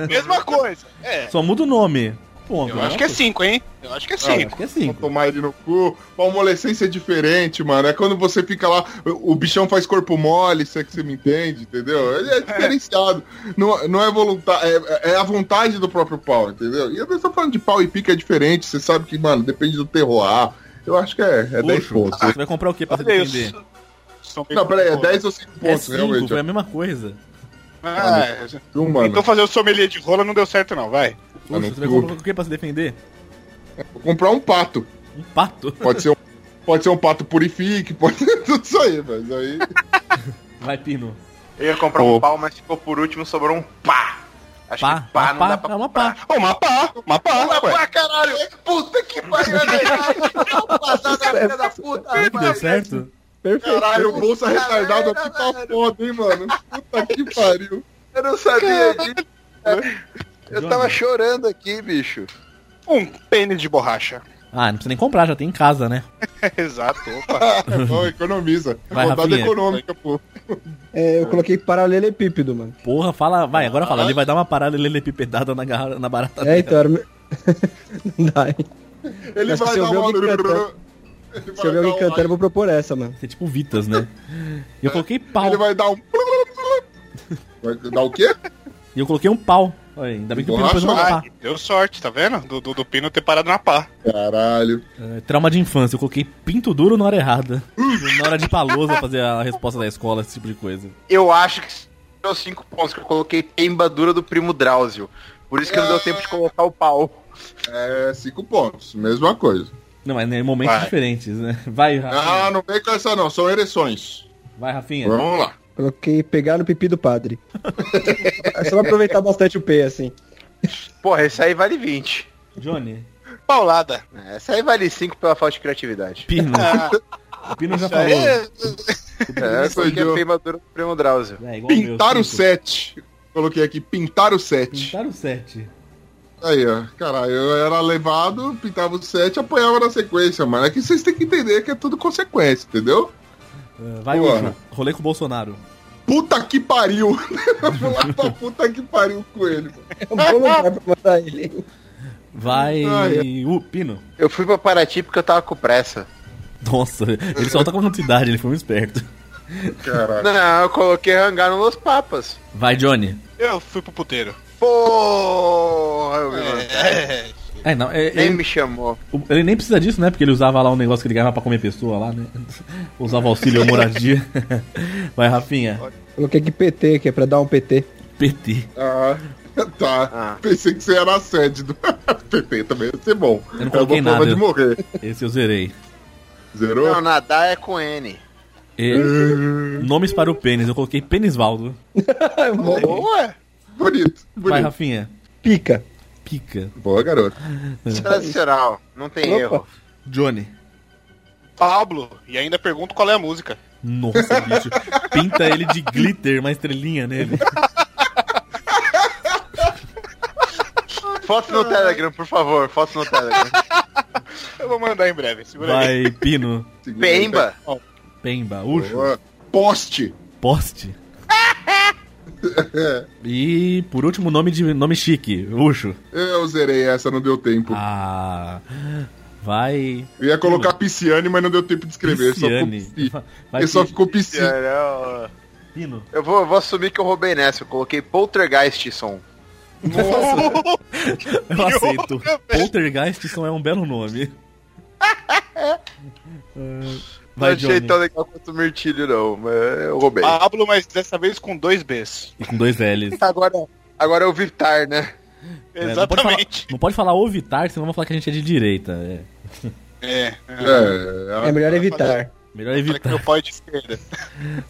é? Mesma coisa. É. Só muda o nome. Ponto. Eu acho que é 5, hein? Eu acho que é Ah, 5. acho que é Vou 5. tomar ele no cu. Palmolescência é diferente, mano. É quando você fica lá, o o bichão faz corpo mole, se é que você me entende, entendeu? Ele é diferenciado. Não, não é voluntário, é, é a vontade do próprio pau, entendeu? E eu tô falando de pau e pica é diferente, você sabe que, mano, depende do terroir. Eu acho que é, é 10 Ucho, pontos. você vai comprar o quê pra se defender? Não, peraí, é 10 ou 5 É pontos, 5, realmente. foi a mesma coisa. Ah, Viu, mano? então fazer o sommelier de rola não deu certo, não, vai. Tá no Ucho, você vai cu. comprar o quê pra se defender? Vou comprar um pato. Um pato. Pode ser um, pode ser um pato purifique, pode ser tudo isso aí, mas aí... Vai, Pino. Eu ia comprar Pô. um pau, mas ficou por último, sobrou um pá. Acho Pá? que pá Uma não pá? dá pra É uma pá. comprar. Ô, uma pá, uma pá, Uma ué. pá, caralho! Puta que pariu! Não passar da filha da puta! Será que deu certo? Perfeito. Caralho, bolsa retardado aqui Caralho, tá foda, hein, mano. Puta que pariu. Eu não sabia disso. Eu Johnny. tava chorando aqui, bicho. Um pênis de borracha. Ah, não precisa nem comprar, já tem em casa, né? Exato, opa. É bom, economiza. Vai, Rodada Rafinha. econômica, pô. É, eu coloquei paralelepípedo, mano. Porra, fala, vai, agora fala. Ele vai dar uma parada lelelepipedada na, garra- na barata É, então era. o meu- Não dá, hein? Ele Acho que vai se eu dar ver uma... alguém cantando- Ele Se eu ver vai alguém dar um- cantando, eu vou propor essa, mano. Você é tipo Vitas, né? E eu coloquei pau. Ele vai dar um... Vai dar o quê? E eu coloquei um pau. Olha, aí, ainda bem que o Pino fez uma pá. Ah, deu sorte, tá vendo? Do, do, do Pino ter parado na pá. Caralho. É, Trauma de infância, eu coloquei pinto duro na hora errada. na hora de palosa fazer a resposta da escola, esse tipo de coisa. Eu acho que deu cinco pontos, que eu coloquei peimbadura do primo Drauzio. Por isso que não deu tempo de colocar o pau. É, cinco pontos. Mesma coisa. Não, mas em momentos Vai. diferentes, né? Vai, Rafinha. Ah, não vem com essa não. São ereções. Vai, Rafinha. Vamos lá. Coloquei pegar no pipi do padre. Só pra aproveitar bastante o P, assim. Porra, esse aí vale 20. Johnny. paulada. É, Essa aí vale 5 pela falta de criatividade. Pino. O Pino já falou. É, É, Isso aí, porque é Diogo. prematura do primo Drauzio. É, igual meu, Pintar o cinco. 7. Coloquei aqui, pintar o 7. Pintar o 7. Aí, ó. Caralho, eu era levado, pintava o 7 apanhava na sequência, mano. É que vocês têm que entender que é tudo consequência, entendeu? É, vai, Boa. Ufa. Rolê com o Bolsonaro. Puta que pariu! Eu vou lá pra puta que pariu com ele, mano. É um bom lugar pra mandar ele. hein? Vai, Ai, é. o Pino. Eu fui pra Paraty porque eu tava com pressa. Nossa, ele solta com quantidade, ele foi um esperto. Caralho. Não, eu coloquei hangar no Los Papas. Vai, Johnny. eu fui pro puteiro. Porra, eu me mandei. É, É, não, é, Nem ele, me chamou. o- ele nem precisa disso, né? Porque ele usava lá um negócio que ele ganhava pra comer pessoa lá, né? Usava auxílio ou moradia. Vai, Rafinha. Coloquei aqui PT, que é pra dar um PT. PT. Ah, tá. Ah. Pensei que você era a sede do PT também, ia ser bom. Eu não é coloquei uma forma nada. de morrer. Esse eu zerei. Zerou? Não, nadar é com N. E- nomes para o pênis. Eu coloquei Penisvaldo. boa. Bonito, bonito. Vai, Rafinha. Pica. Pica. Boa, garoto. é Tradicional, não tem Opa. erro. Johnny. Pablo, e ainda pergunto qual é a música. Nossa, bicho. Pinta ele de glitter, uma estrelinha nele. Foto no Telegram, por favor, foto no Telegram. Eu vou mandar em breve, segura aí. Vai, Pino. Segura aí, Pemba, Pemba. tá? Ucho. Boa. Poste. Poste. E por último, nome de nome chique, Ucho. Eu zerei essa, não deu tempo. Ah. Vai. Eu ia colocar Pisciane, mas não deu tempo de escrever. Pisciane. Só ficou Pisci. Vai, é Ele só Pi- ficou Pisci. Caramba. Pino. É, Eu vou, eu vou assumir que eu roubei nessa, eu coloquei Poltergeist som. Eu aceito. Poltergeist só é um belo nome. Ah, Não vai, achei Johnny. tão legal quanto o Mirtilho, não, mas eu roubei. Pablo, mas dessa vez com dois Bs. E com dois L's. Agora, agora é o Viptar, né? É, não pode falar- Exatamente. Não pode falar Ovitar, senão vão falar que a gente é de direita. É. É, é. É, É melhor evitar. Melhor Falei que evitar. meu pai é de esquerda.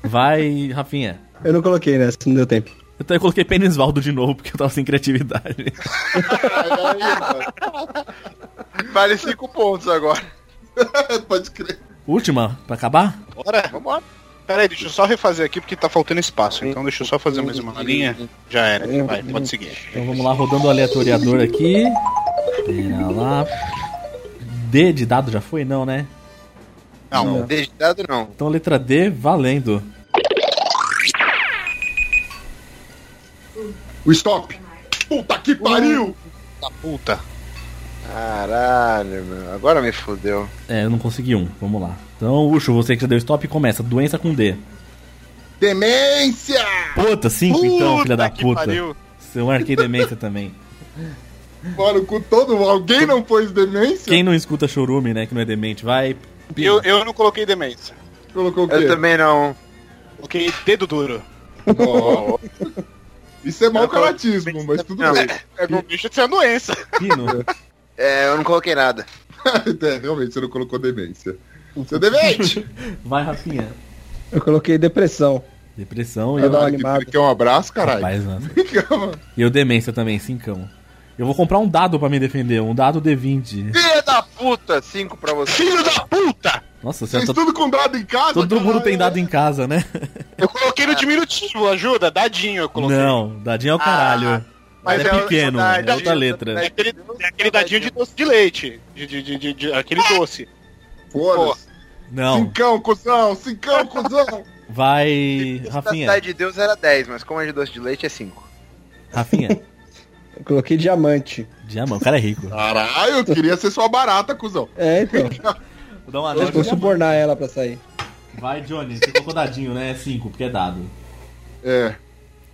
Vai, Rafinha. Eu não coloquei nessa, não deu tempo. Eu até coloquei Penisvaldo de novo, porque eu tava sem criatividade. Vale cinco pontos agora. pode crer. Última, pra acabar? Bora? Vambora. Pera aí, deixa eu só refazer aqui porque tá faltando espaço. Então deixa eu só fazer mais uma linha. Já era. Vai, pode seguir. Então vamos lá, rodando o aleatoriador aqui. Pera lá. D de dado já foi? Não, né? Não, dedicado não. Então letra D, valendo. O stop. Puta que Uh. pariu! Puta. Caralho, meu. Agora me fudeu. É, eu não consegui um. Vamos lá. Então, Ucho, você que já deu stop, começa. Doença com D. Demência! Puta, 5 então, filha da que puta. pariu. Eu marquei demência também. Mano, com todo Alguém não pôs demência? Quem não escuta chorume, né, que não é demente, vai. Eu, eu não coloquei demência. Colocou o quê? Eu também não. Coloquei dedo duro. Ó. Isso é mau Eu tô- caratismo, mas tudo Não. bem. É, não deixa de ser uma doença. Pino. É, eu não coloquei nada. É, realmente, você não colocou demência. Você é demente! Vai, Rafinha. Eu coloquei depressão. Depressão e Vai eu. dar uma Caralho, animada. Quer um abraço, caralho? Tá Rapaz, nossa. Calma. E eu demência também, cincão. Eu vou comprar um dado pra me defender, um dado D20. Filha da puta! Cinco pra você. Filho da puta! Nossa, você Vocês tá... tudo com dado em casa? todo mundo caralho? tem dado em casa, né? Eu coloquei no diminutivo, ajuda, dadinho eu coloquei. Não, dadinho é o caralho. mas é, é o- pequeno, é o é dadinho, outra É letra. aquele, é aquele dadinho de doce de leite. De, de, de, de- de- aquele doce. Foda-se. Não, Cincão, cuzão! Cinco, cuzão! vai. Se fosse Rafinha. Da cidade de Deus era 10, mas como é de doce de leite é 5. Rafinha. Eu coloquei diamante. Diamante, o cara é rico. Caralho, eu queria ser sua barata, cuzão. É, então. Vou dar um Eu anel vou subornar ela pra sair. Vai, Johnny, você colocou dadinho, né? É 5, porque é dado. É.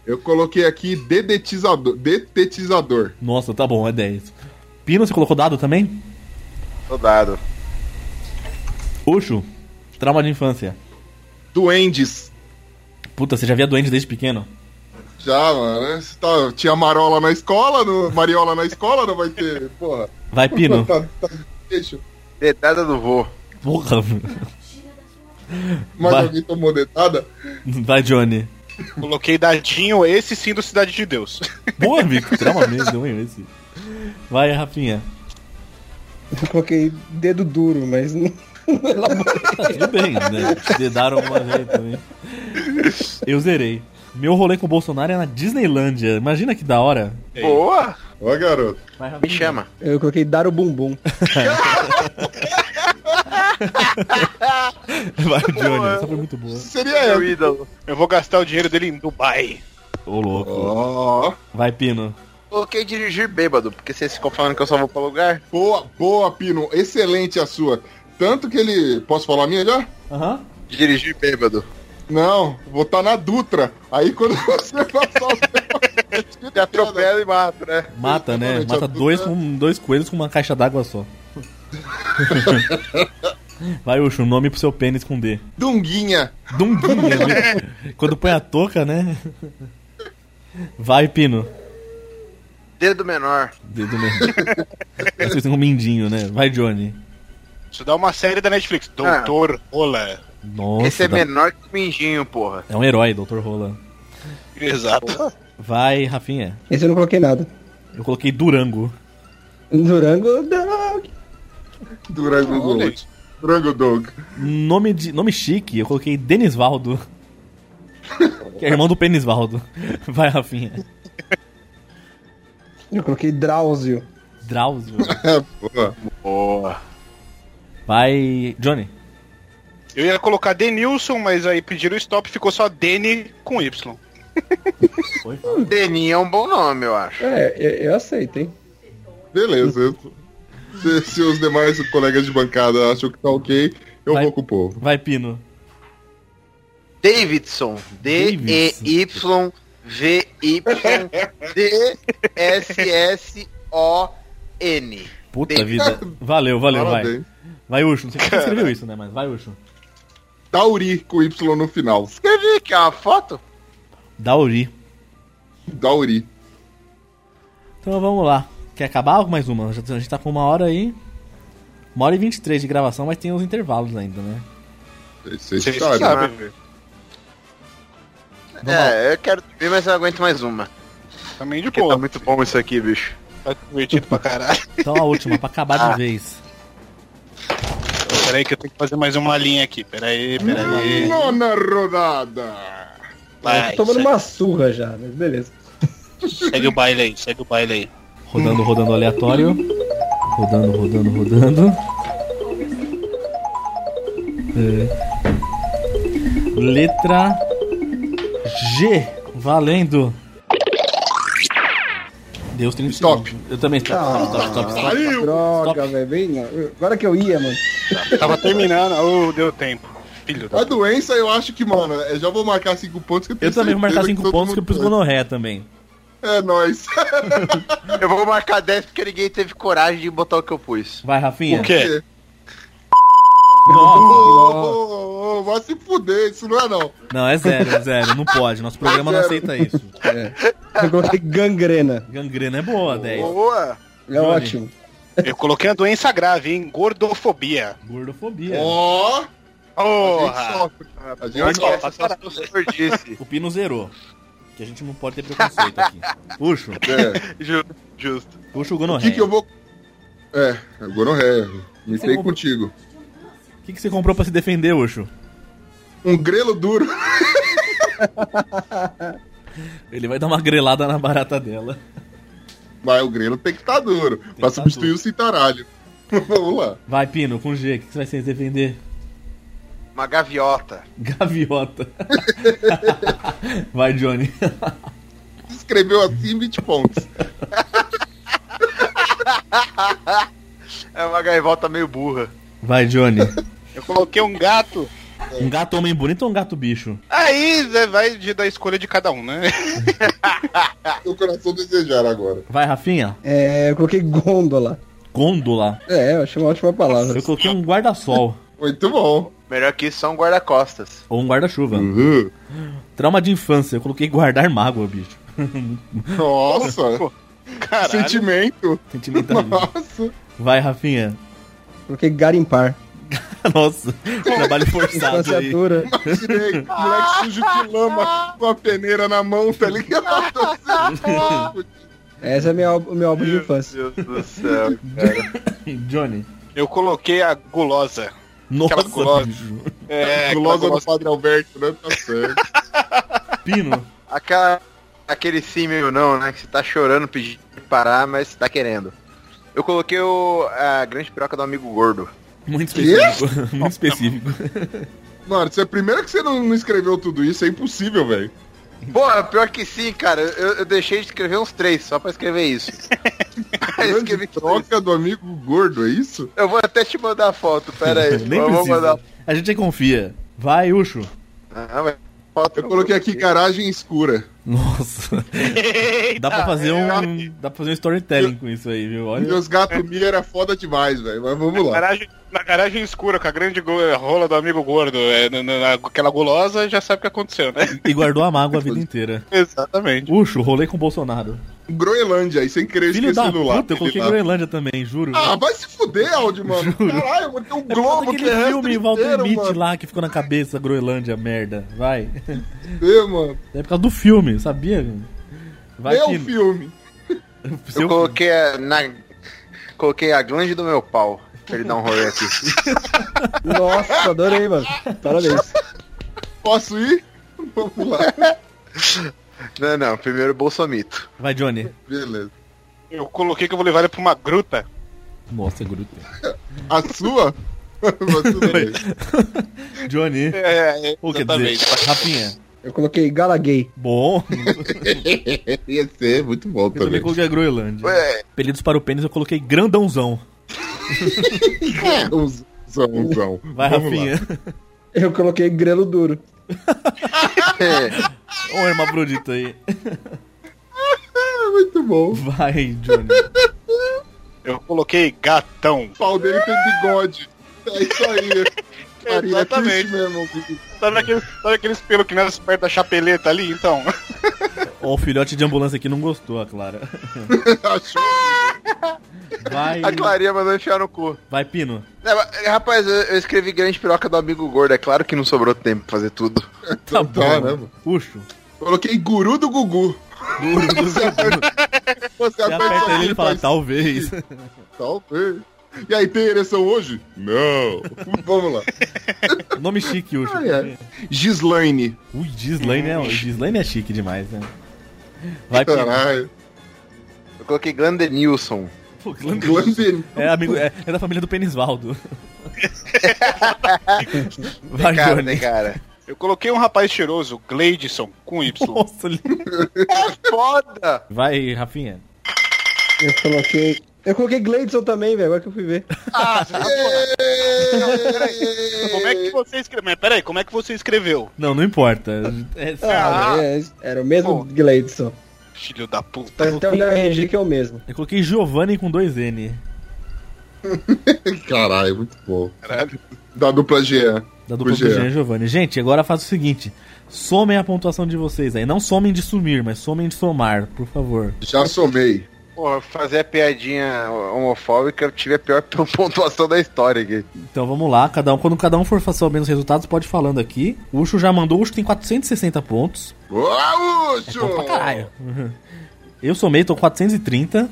Eu coloquei aqui dedetizador. Detetizador. Nossa, tá bom, é 10. Pino, você colocou dado também? Soldado. Ucho, trauma de infância. Duendes. Puta, você já via doente desde pequeno? Já, mano. né? Você tá- tinha marola na escola, no, mariola na escola, não vai ter. Porra. Vai, Pino. Tá, tá, deixa. Dedada do vô. Porra. Mas Vai. alguém tomou dedada? Vai, Johnny. Coloquei dadinho, esse sim do Cidade de Deus. Boa, amigo. Trauma mesmo, deu um erro esse. Vai, Rafinha. Eu coloquei dedo duro, mas não, não elaborei. Tá tudo bem, né? Dedaram uma vez também. Eu zerei. Meu rolê com o Bolsonaro é na Disneylândia. Imagina que da hora. É Boa! Ó, garoto. Me chama. Eu coloquei dar o bumbum. Vai, Johnny. Essa foi muito boa. Seria eu. ídolo. Eu vou gastar o dinheiro dele em Dubai. Ô, louco. Ó, Vai, Pino. Coloquei dirigir bêbado, porque vocês ficam falando que eu só vou pra lugar. boa, boa, Pino. Excelente a sua. Tanto que ele. Posso falar a minha já? Aham. Dirigir bêbado. Não, vou estar na Dutra. Aí quando você passar o Te atropela e mata, né? Mata, né? Exatamente, Mata ó, dois, tudo, é- com, dois coelhos com uma caixa d'água só. Vai, Ucho, um nome pro seu pênis com D. Dunguinha. Dunguinha, É. né? Quando põe a touca, né? Vai, Pino. Dedo menor. Dedo mesmo. É que tem um mindinho, né? Vai, Johnny. Isso dá uma série da Netflix. Doutor Rola. Nossa, Esse é dá- menor que o Minjinho, porra. é um herói, Dr. Rola. Exato. Vai, Rafinha. Esse eu não coloquei nada. Eu coloquei Durango. Durango, dog. Durango Dog. Durango Dog. Nome, de, nome chique, eu coloquei Denisvaldo. Que é irmão do Penisvaldo. Vai, Rafinha. Eu coloquei Drauzio. Drauzio. É, boa. Boa. Vai, Johnny. Eu ia colocar Denilson, mas aí pediram o stop ficou só Dene com Y. Deninho é um bom nome, eu acho. É, eu, eu aceito, hein? Beleza. Se, se os demais colegas de bancada acham que tá ok, eu Vai. vou com o povo. Vai, Pino. Davidson. D-E-Y-V-Y-D-S-S-O-N. Puta Bem- vida. Valeu, valeu, vai. Parabéns. Vai, Ucho. Não sei quem escreveu isso, né? Mas vai, Ucho. Tauri com Y no final. Quer ver aqui uma foto? Dauri. Dauri. Então vamos lá. Quer acabar ou mais uma? Já- A gente tá com uma hora aí. Uma hora e vinte e três de gravação, mas tem os intervalos ainda, né? Vocês Vocês sabem. sabem, velho. Vamos lá. é, eu quero ver, mas eu aguento mais uma. Também de Porque tá boa. muito bom isso aqui, bicho. Tá divertido pra caralho. Então a última, pra acabar de vez. Peraí que eu tenho que fazer mais uma linha aqui. Peraí, peraí. Nona rodada. Vai, eu tô tomando segue, uma surra já, mas beleza. segue o baile aí, segue o baile aí. Rodando, rodando aleatório. Rodando, rodando, rodando. É. Letra G. Valendo. Deus tem Stop. Eu também. Stop, stop, stop, stop. Pariu! Droga, Stop. velho. Bem, na- agora que eu ia, mano. Tava terminando, ô, deu tempo. Filho da A doença, eu acho que, mano, eu já vou marcar cinco pontos. Que Eu também vou marcar cinco 5 pontos que eu preciso de gonorreia também. É nóis. Eu vou marcar 10 porque ninguém teve coragem de botar o que eu pus. Vai, Rafinha. O quê? Ô, Nossa. ô, ô, vai se fuder, isso não é não. Não, é zero, é zero. Não pode. Nosso programa não aceita isso. Eu coloquei gangrena. Gangrena é boa, 10. Boa! É Johnny. ótimo. Eu coloquei a doença grave, hein? Gordofobia. Gordofobia. Ó, a gente Porra! sofre, cara. A gente sofre. Desperdício. O Pino zerou. Que a gente não pode ter preconceito aqui. Puxo. É. Justo, justo. Puxa o O gonorreia. que que eu vou... É, gonorreia. Me Você sei não- contigo. O que, que você comprou pra se defender, Ucho? Um grelo duro. Ele vai dar uma grelada na barata dela. Mas o grelo tem que estar duro. pra tá substituir duro. o cintaralho. Vamos lá. Vai, Pino, com G. O que, que você vai se defender? Uma gaviota. Gaviota. vai, Johnny. Escreveu assim 20 pontos. É uma gaivota meio burra. Vai, Johnny. Eu coloquei um gato. Um gato homem bonito ou um gato bicho? Aí né, vai de- da escolha de cada um, né? Meu coração desejar agora. Vai, Rafinha. É, eu coloquei gôndola. Gôndola. É, eu achei uma ótima palavra. Eu coloquei um guarda-sol. Muito bom. Melhor que isso, são guarda-costas. Ou um guarda-chuva. Uhum. Trauma de infância. Eu coloquei guardar mágoa, bicho. Nossa. Sentimento. Sentimental. Nossa. Vai, Rafinha. Eu coloquei garimpar. Nossa, trabalho forçado aí. Distanciatura. Tirei. Moleque sujo de lama com a peneira na mão, tá ligado? Essa é minha, o meu álbum de infância. Meu Deus do céu, cara. Johnny. Eu coloquei a gulosa. Nossa, Aquela gulosa. bicho. É, o aquela logo do gulosa. Padre Alberto, né? Tá certo. Pino. Aquela, aquele sim meu não, né? Que você tá chorando, pedindo pra parar, mas tá querendo. Eu coloquei o, a grande piroca do amigo gordo. Muito específico. Muito específico. Mano, se é a primeira que você não, não escreveu tudo isso, é impossível, velho. Porra, pior que sim, cara. Eu, eu deixei de escrever uns três só pra escrever isso. É, Mas eu Grande escrevi troca do amigo gordo, é isso? Eu vou até te mandar a foto, pera aí. Nem eu vou mandar. precisa. A gente confia. Vai, Ucho. Ah, mas foto Eu coloquei aqui garagem escura. Nossa. Dá pra fazer um. Dá pra fazer um storytelling com isso aí, viu? Olha. É. Meus gatos Mia era foda demais, velho. Mas vamos lá. Garagem- na garagem escura, com a grande go- rola do amigo gordo, é, na, na- na- aquela gulosa, já sabe o que aconteceu, né? E guardou a mágoa a vida inteira. Exatamente. Ucho, rolei com o Bolsonaro. Groenlândia, aí sem querer eu Filho da esqueci do lado. tá. puta, eu coloquei lá. Groenlândia também, juro. Ah, vai se fuder, Aldi, mano. Caralho, mano, tem um É por causa globo daquele terrestre filme Walter inteiro, Mitty mano. lá que ficou na cabeça, Groenlândia, merda. Vai. Vê, mano. É por causa do filme, sabia? Vai, Meu Pino. filme. Seu- Eu coloquei a, na. Coloquei a glande do meu pau. Pra ele dar um rolê aqui. Nossa, adorei, mano. Parabéns. Posso ir? Vamos lá. não, não, primeiro Bolsomito. Vai, Johnny. Beleza. Eu coloquei que eu vou levar ele pra uma gruta. Nossa, gruta. A sua? Mas tudo bem. Johnny. É, é Ou quer exatamente. dizer, Rapinha. Eu coloquei Galaguei. Bom. Ia ser muito bom Eu também também. coloquei a Groenlândia. Ué, Apelidos para o pênis, eu coloquei grandãozão. Um zão, um zão. Vai, Vamos lá. Rafinha. Eu coloquei Grelo Duro. Ô, hermafrodita aí. Ah, muito bom. Vai, Johnny. Eu coloquei gatão. O pau dele tem bigode. É isso aí. Maria, é Exatamente. triste mesmo. Sabe aqueles, sabe aqueles pelos que nasce perto da chapeleta ali, então? Ó, o filhote de ambulância aqui não gostou, a Clara. Achou? Vai, a Clarinha mandou enfiar no cu. vai Pino. É, mas, rapaz, eu, eu escrevi grande piroca do amigo gordo. É claro que não sobrou tempo pra fazer tudo. Tá Não dá, né, bom. mano? Puxo. Coloquei guru do Gugu. Duro, duro, duro. Você Tá Você aperta ele e fala, "Tá faz talvez. Talvez. E aí, tem ereção hoje? Não. Vamos lá. Nome chique, Ucho. Ah, é. Gislaine. Ui, Gislaine é, Gislaine é chique demais, né? Vai, Pino. Caralho. Eu coloquei Glandenilson. Pô, Glandon- Glandeni. É, amigo, é, é da família do Penisvaldo. Vai, Cara, Johnny. né, cara? Eu coloquei um rapaz cheiroso, Gleidson, com Y. Nossa, li- É Foda! Vai, Rafinha. Eu coloquei. Eu coloquei Gleidson também, velho. Agora que eu fui ver. Como é que você escreveu? Mas peraí, como é que você escreveu? Não, não importa. É, Ah, é, era o mesmo Gleidson. Filho da puta. Tá até olhando a RG que é o mesmo. eu coloquei Giovanni com dois N. Caralho, muito bom. Da dupla Jean. Da dupla Pois do é. Jean e Giovanni. Gente, agora faça o seguinte: somem a pontuação de vocês aí. Não somem de sumir, mas somem de somar, por favor. Já somei. Porra, fazer a piadinha homofóbica, eu tive a pior pontuação da história aqui. Então vamos lá, cada um, quando cada um for sabendo os resultados, pode ir falando aqui. O Ucho já mandou, o Ucho tem 460 pontos. Ô, É Ucho! bom pra caralho. Uhum. Eu somei, tô 430.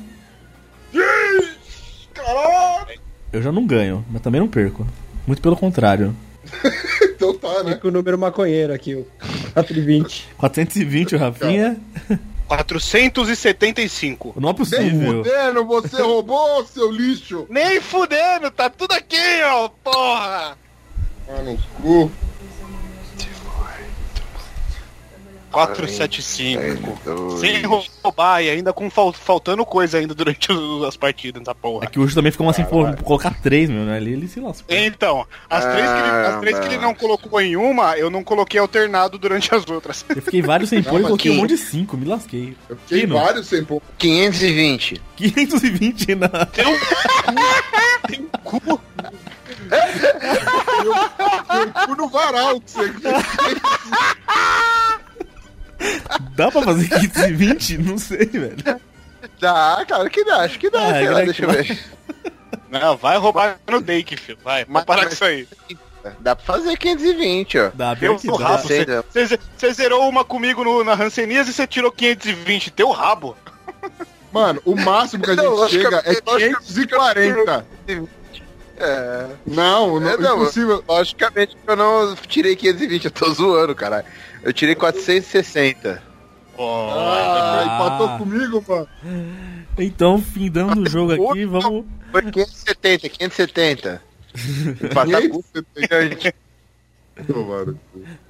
Eu já não ganho, mas também não perco. Muito pelo contrário. Então tá, né? Com o número maconheiro aqui, o 420. 420 o Rafinha. 475. Não é Nem possível. fudendo, você roubou, seu lixo! Nem fudendo, tá tudo aqui, ó, porra! Ah, no cu. 475. Sem roubar e ainda com fal- faltando coisa ainda durante o- as partidas, tá porra. Aqui o Ucho também ficou assim, pô, vou colocar 3, meu, né? Ali ele se lascou. Então, as três, que ele, as três que ele não colocou em uma, eu não coloquei alternado durante as outras. Eu fiquei vários sem pôr e mas coloquei um que- monte de 5, me lasquei. Eu fiquei Pino. vários sem pôr. 520. 520 na. Eu fui no varal que você Dá pra fazer 520? Não sei, velho. Dá, claro que dá, acho que dá. Ah, sei lá, claro deixa que eu ver. Não, vai roubar no Dake, filho. Vai, vai Mas- parar com mas- isso aí. Dá pra fazer 520, ó. né? Dá, Teu pior que teu dá. Ah, rabo, você- Aceita. você você zerou uma comigo no- na Rancenias e você tirou 520, teu rabo. Mano, o máximo que a gente Eu acho que chega eu é acho que- 540. É. Não, não, É, não, impossível. Logicamente que eu não tirei 520, eu tô zoando, caralho. Eu tirei 460. Ah, empatou comigo, mano. Então, findando o jogo aqui, vamos. Foi 570, 570. Tá Empatar com o gigante. Tomara.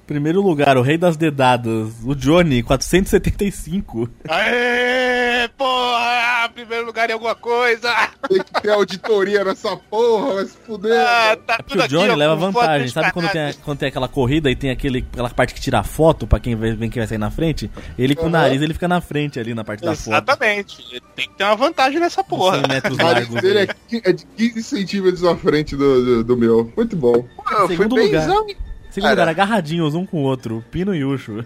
Primeiro lugar, o rei das dedadas, o Johnny, 475. Aê, porra! Primeiro lugar em alguma coisa! Tem que ter auditoria nessa porra, vai se fuder. Ah, tá É porque o Johnny ó, leva com foto vantagem. Sabe descarada. quando tem, a- quando tem aquela corrida e tem aquele, aquela parte que tira a foto pra quem vai, vem quem vai sair na frente? Ele com o nariz, ele fica na frente ali na parte da foto. Exatamente. Ele Tem que ter uma vantagem nessa porra. 100 metros O nariz largos. dele é ali. qui- é de 15 centímetros à frente do, do, do meu. Muito bom. Pô, eu fui Segundo lugar. bemzão, hein? Segundo lugar, agarradinhos um com o outro, Pino e Yusho.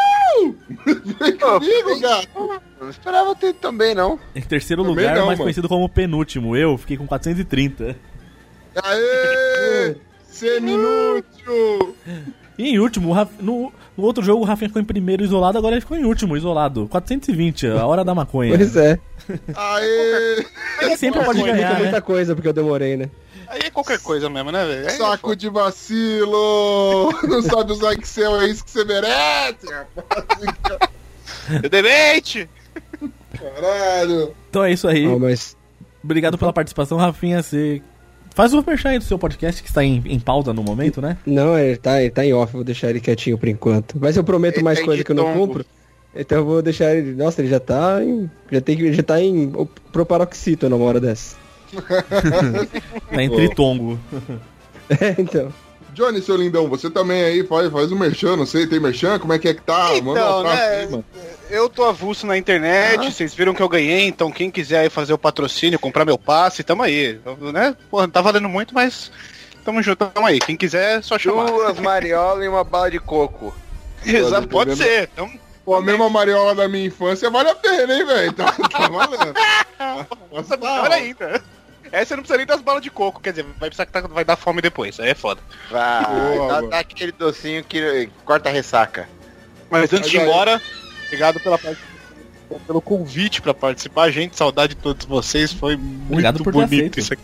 Vem Pô, eu fui comigo, gato. bemzão. Eu Não esperava ter também, não. Em terceiro Também lugar, não, mais mano. conhecido como penúltimo, eu fiquei com 430. Aê! Seminútil! E em último, o Raf- no, no outro jogo o Rafinha ficou em primeiro isolado, agora ele ficou em último isolado. 420, a hora da maconha. Pois é. é Aê! Ele sempre pode Significa ganhar, né? muita coisa porque eu demorei, né? Aí é qualquer coisa mesmo, né, velho? Aí é Saco de vacilo! Não sabe usar Excel, é isso que você merece, rapaz! foda. Demente! Caralho! Então é isso aí. Não, mas Obrigado pela participação, Rafinha. Você faz o merchan aí do seu podcast, que está em, em pauta no momento, né? não, ele tá, ele tá em off, eu vou deixar ele quietinho por enquanto. Mas eu prometo Ele mais tá em coisa que eu não ditongo. cumpro. Então eu vou deixar ele. Nossa, ele já tá em. Já tem que. Já tá em proparoxítono numa hora dessa. Tá em Tritongo. É, então. Johnny, seu lindão, você também aí faz, faz um merchan, não sei, tem merchan? Como é que é que tá? Manda um Então, abraço né? aí, mano. Eu tô avulso na internet, vocês viram que eu ganhei, então quem quiser aí fazer o patrocínio, comprar meu passe, tamo aí. Eu, Né? Porra, não tá valendo muito, mas tamo junto, tamo aí. Quem quiser, é só chamar. Duas mariolas e uma bala de coco. Exato, pode ser. Então, Pô, a mesma mariola da minha infância vale a pena, hein, velho? Tá, tá valendo. nossa, melhor ainda. Essa não precisa nem das balas de coco, quer dizer, vai precisar que tá- vai dar fome depois, aí é foda. Vai, Boa, dá, mano. dá aquele docinho que corta a ressaca. Mas antes de ir Mas aí- embora, obrigado pela parte- pelo convite pra participar, gente. Saudade de todos vocês, foi muito Obrigado por ter aceito. bonito isso aqui.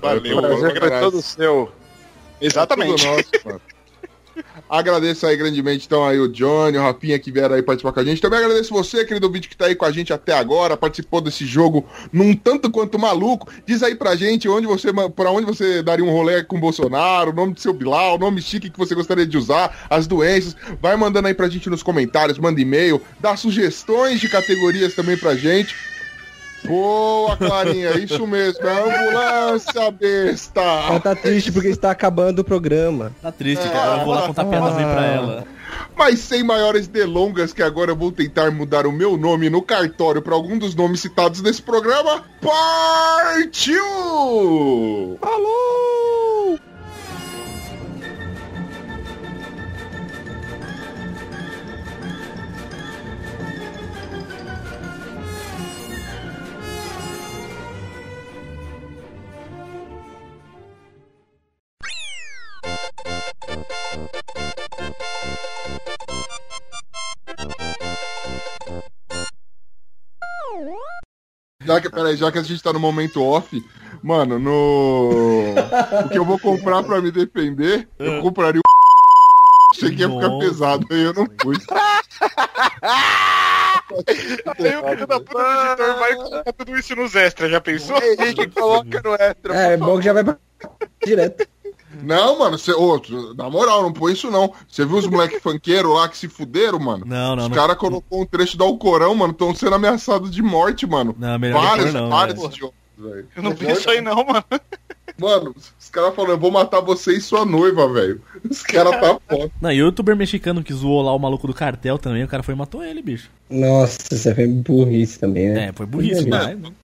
Valeu, Valeu. prazer foi agradeço. todo seu. exatamente. É tudo nosso, mano. Agradeço aí grandemente, então, aí o Johnny, o Rapinha que vieram aí participar com a gente. Também agradeço você, querido vídeo que tá aí com a gente até agora, participou desse jogo num tanto quanto maluco. Diz aí pra gente onde você, ma- pra onde você daria um rolê com o Bolsonaro, o nome do seu Bilal, o nome chique que você gostaria de usar, as doenças. Vai mandando aí pra gente nos comentários, manda e-mail, dá sugestões de categorias também pra gente. Boa, Clarinha, isso mesmo, é ambulância besta. Ela tá triste porque está acabando o programa. Tá triste, cara. Eu vou lá contar piadas ruins Ah. pra ela. Mas sem maiores delongas, que agora eu vou tentar mudar o meu nome no cartório para algum dos nomes citados nesse programa. Partiu! Alô! Já que, peraí, já que a gente tá no momento off, mano, no. o que eu vou comprar para me defender, eu compraria o. Achei que ia ficar É. Nossa. pesado, aí eu não fui. Aí o um filho da puta do editor vai colocar tudo isso nos extras, já pensou? Henrique, coloca no extra. É, é bom que já vai pra... direto. Não, mano, cê, ô, na moral, não põe isso não. Você viu os moleque funkeiro lá que se fuderam, mano? Não, não, Os não. caras colocou um trecho do Alcorão, mano. Estão sendo ameaçados de morte, mano. Não, melhor Vários, não, né? não, vários velho. idiotas, velho. Eu não vi isso aí não, mano. Mano, os caras falando, eu vou matar você e sua noiva, velho. Os caras tá foda. Não, e o youtuber mexicano que zoou lá o maluco do cartel também, o cara foi e matou ele, bicho. Nossa, você foi burrice também, né? É, foi burrice, Não, mas...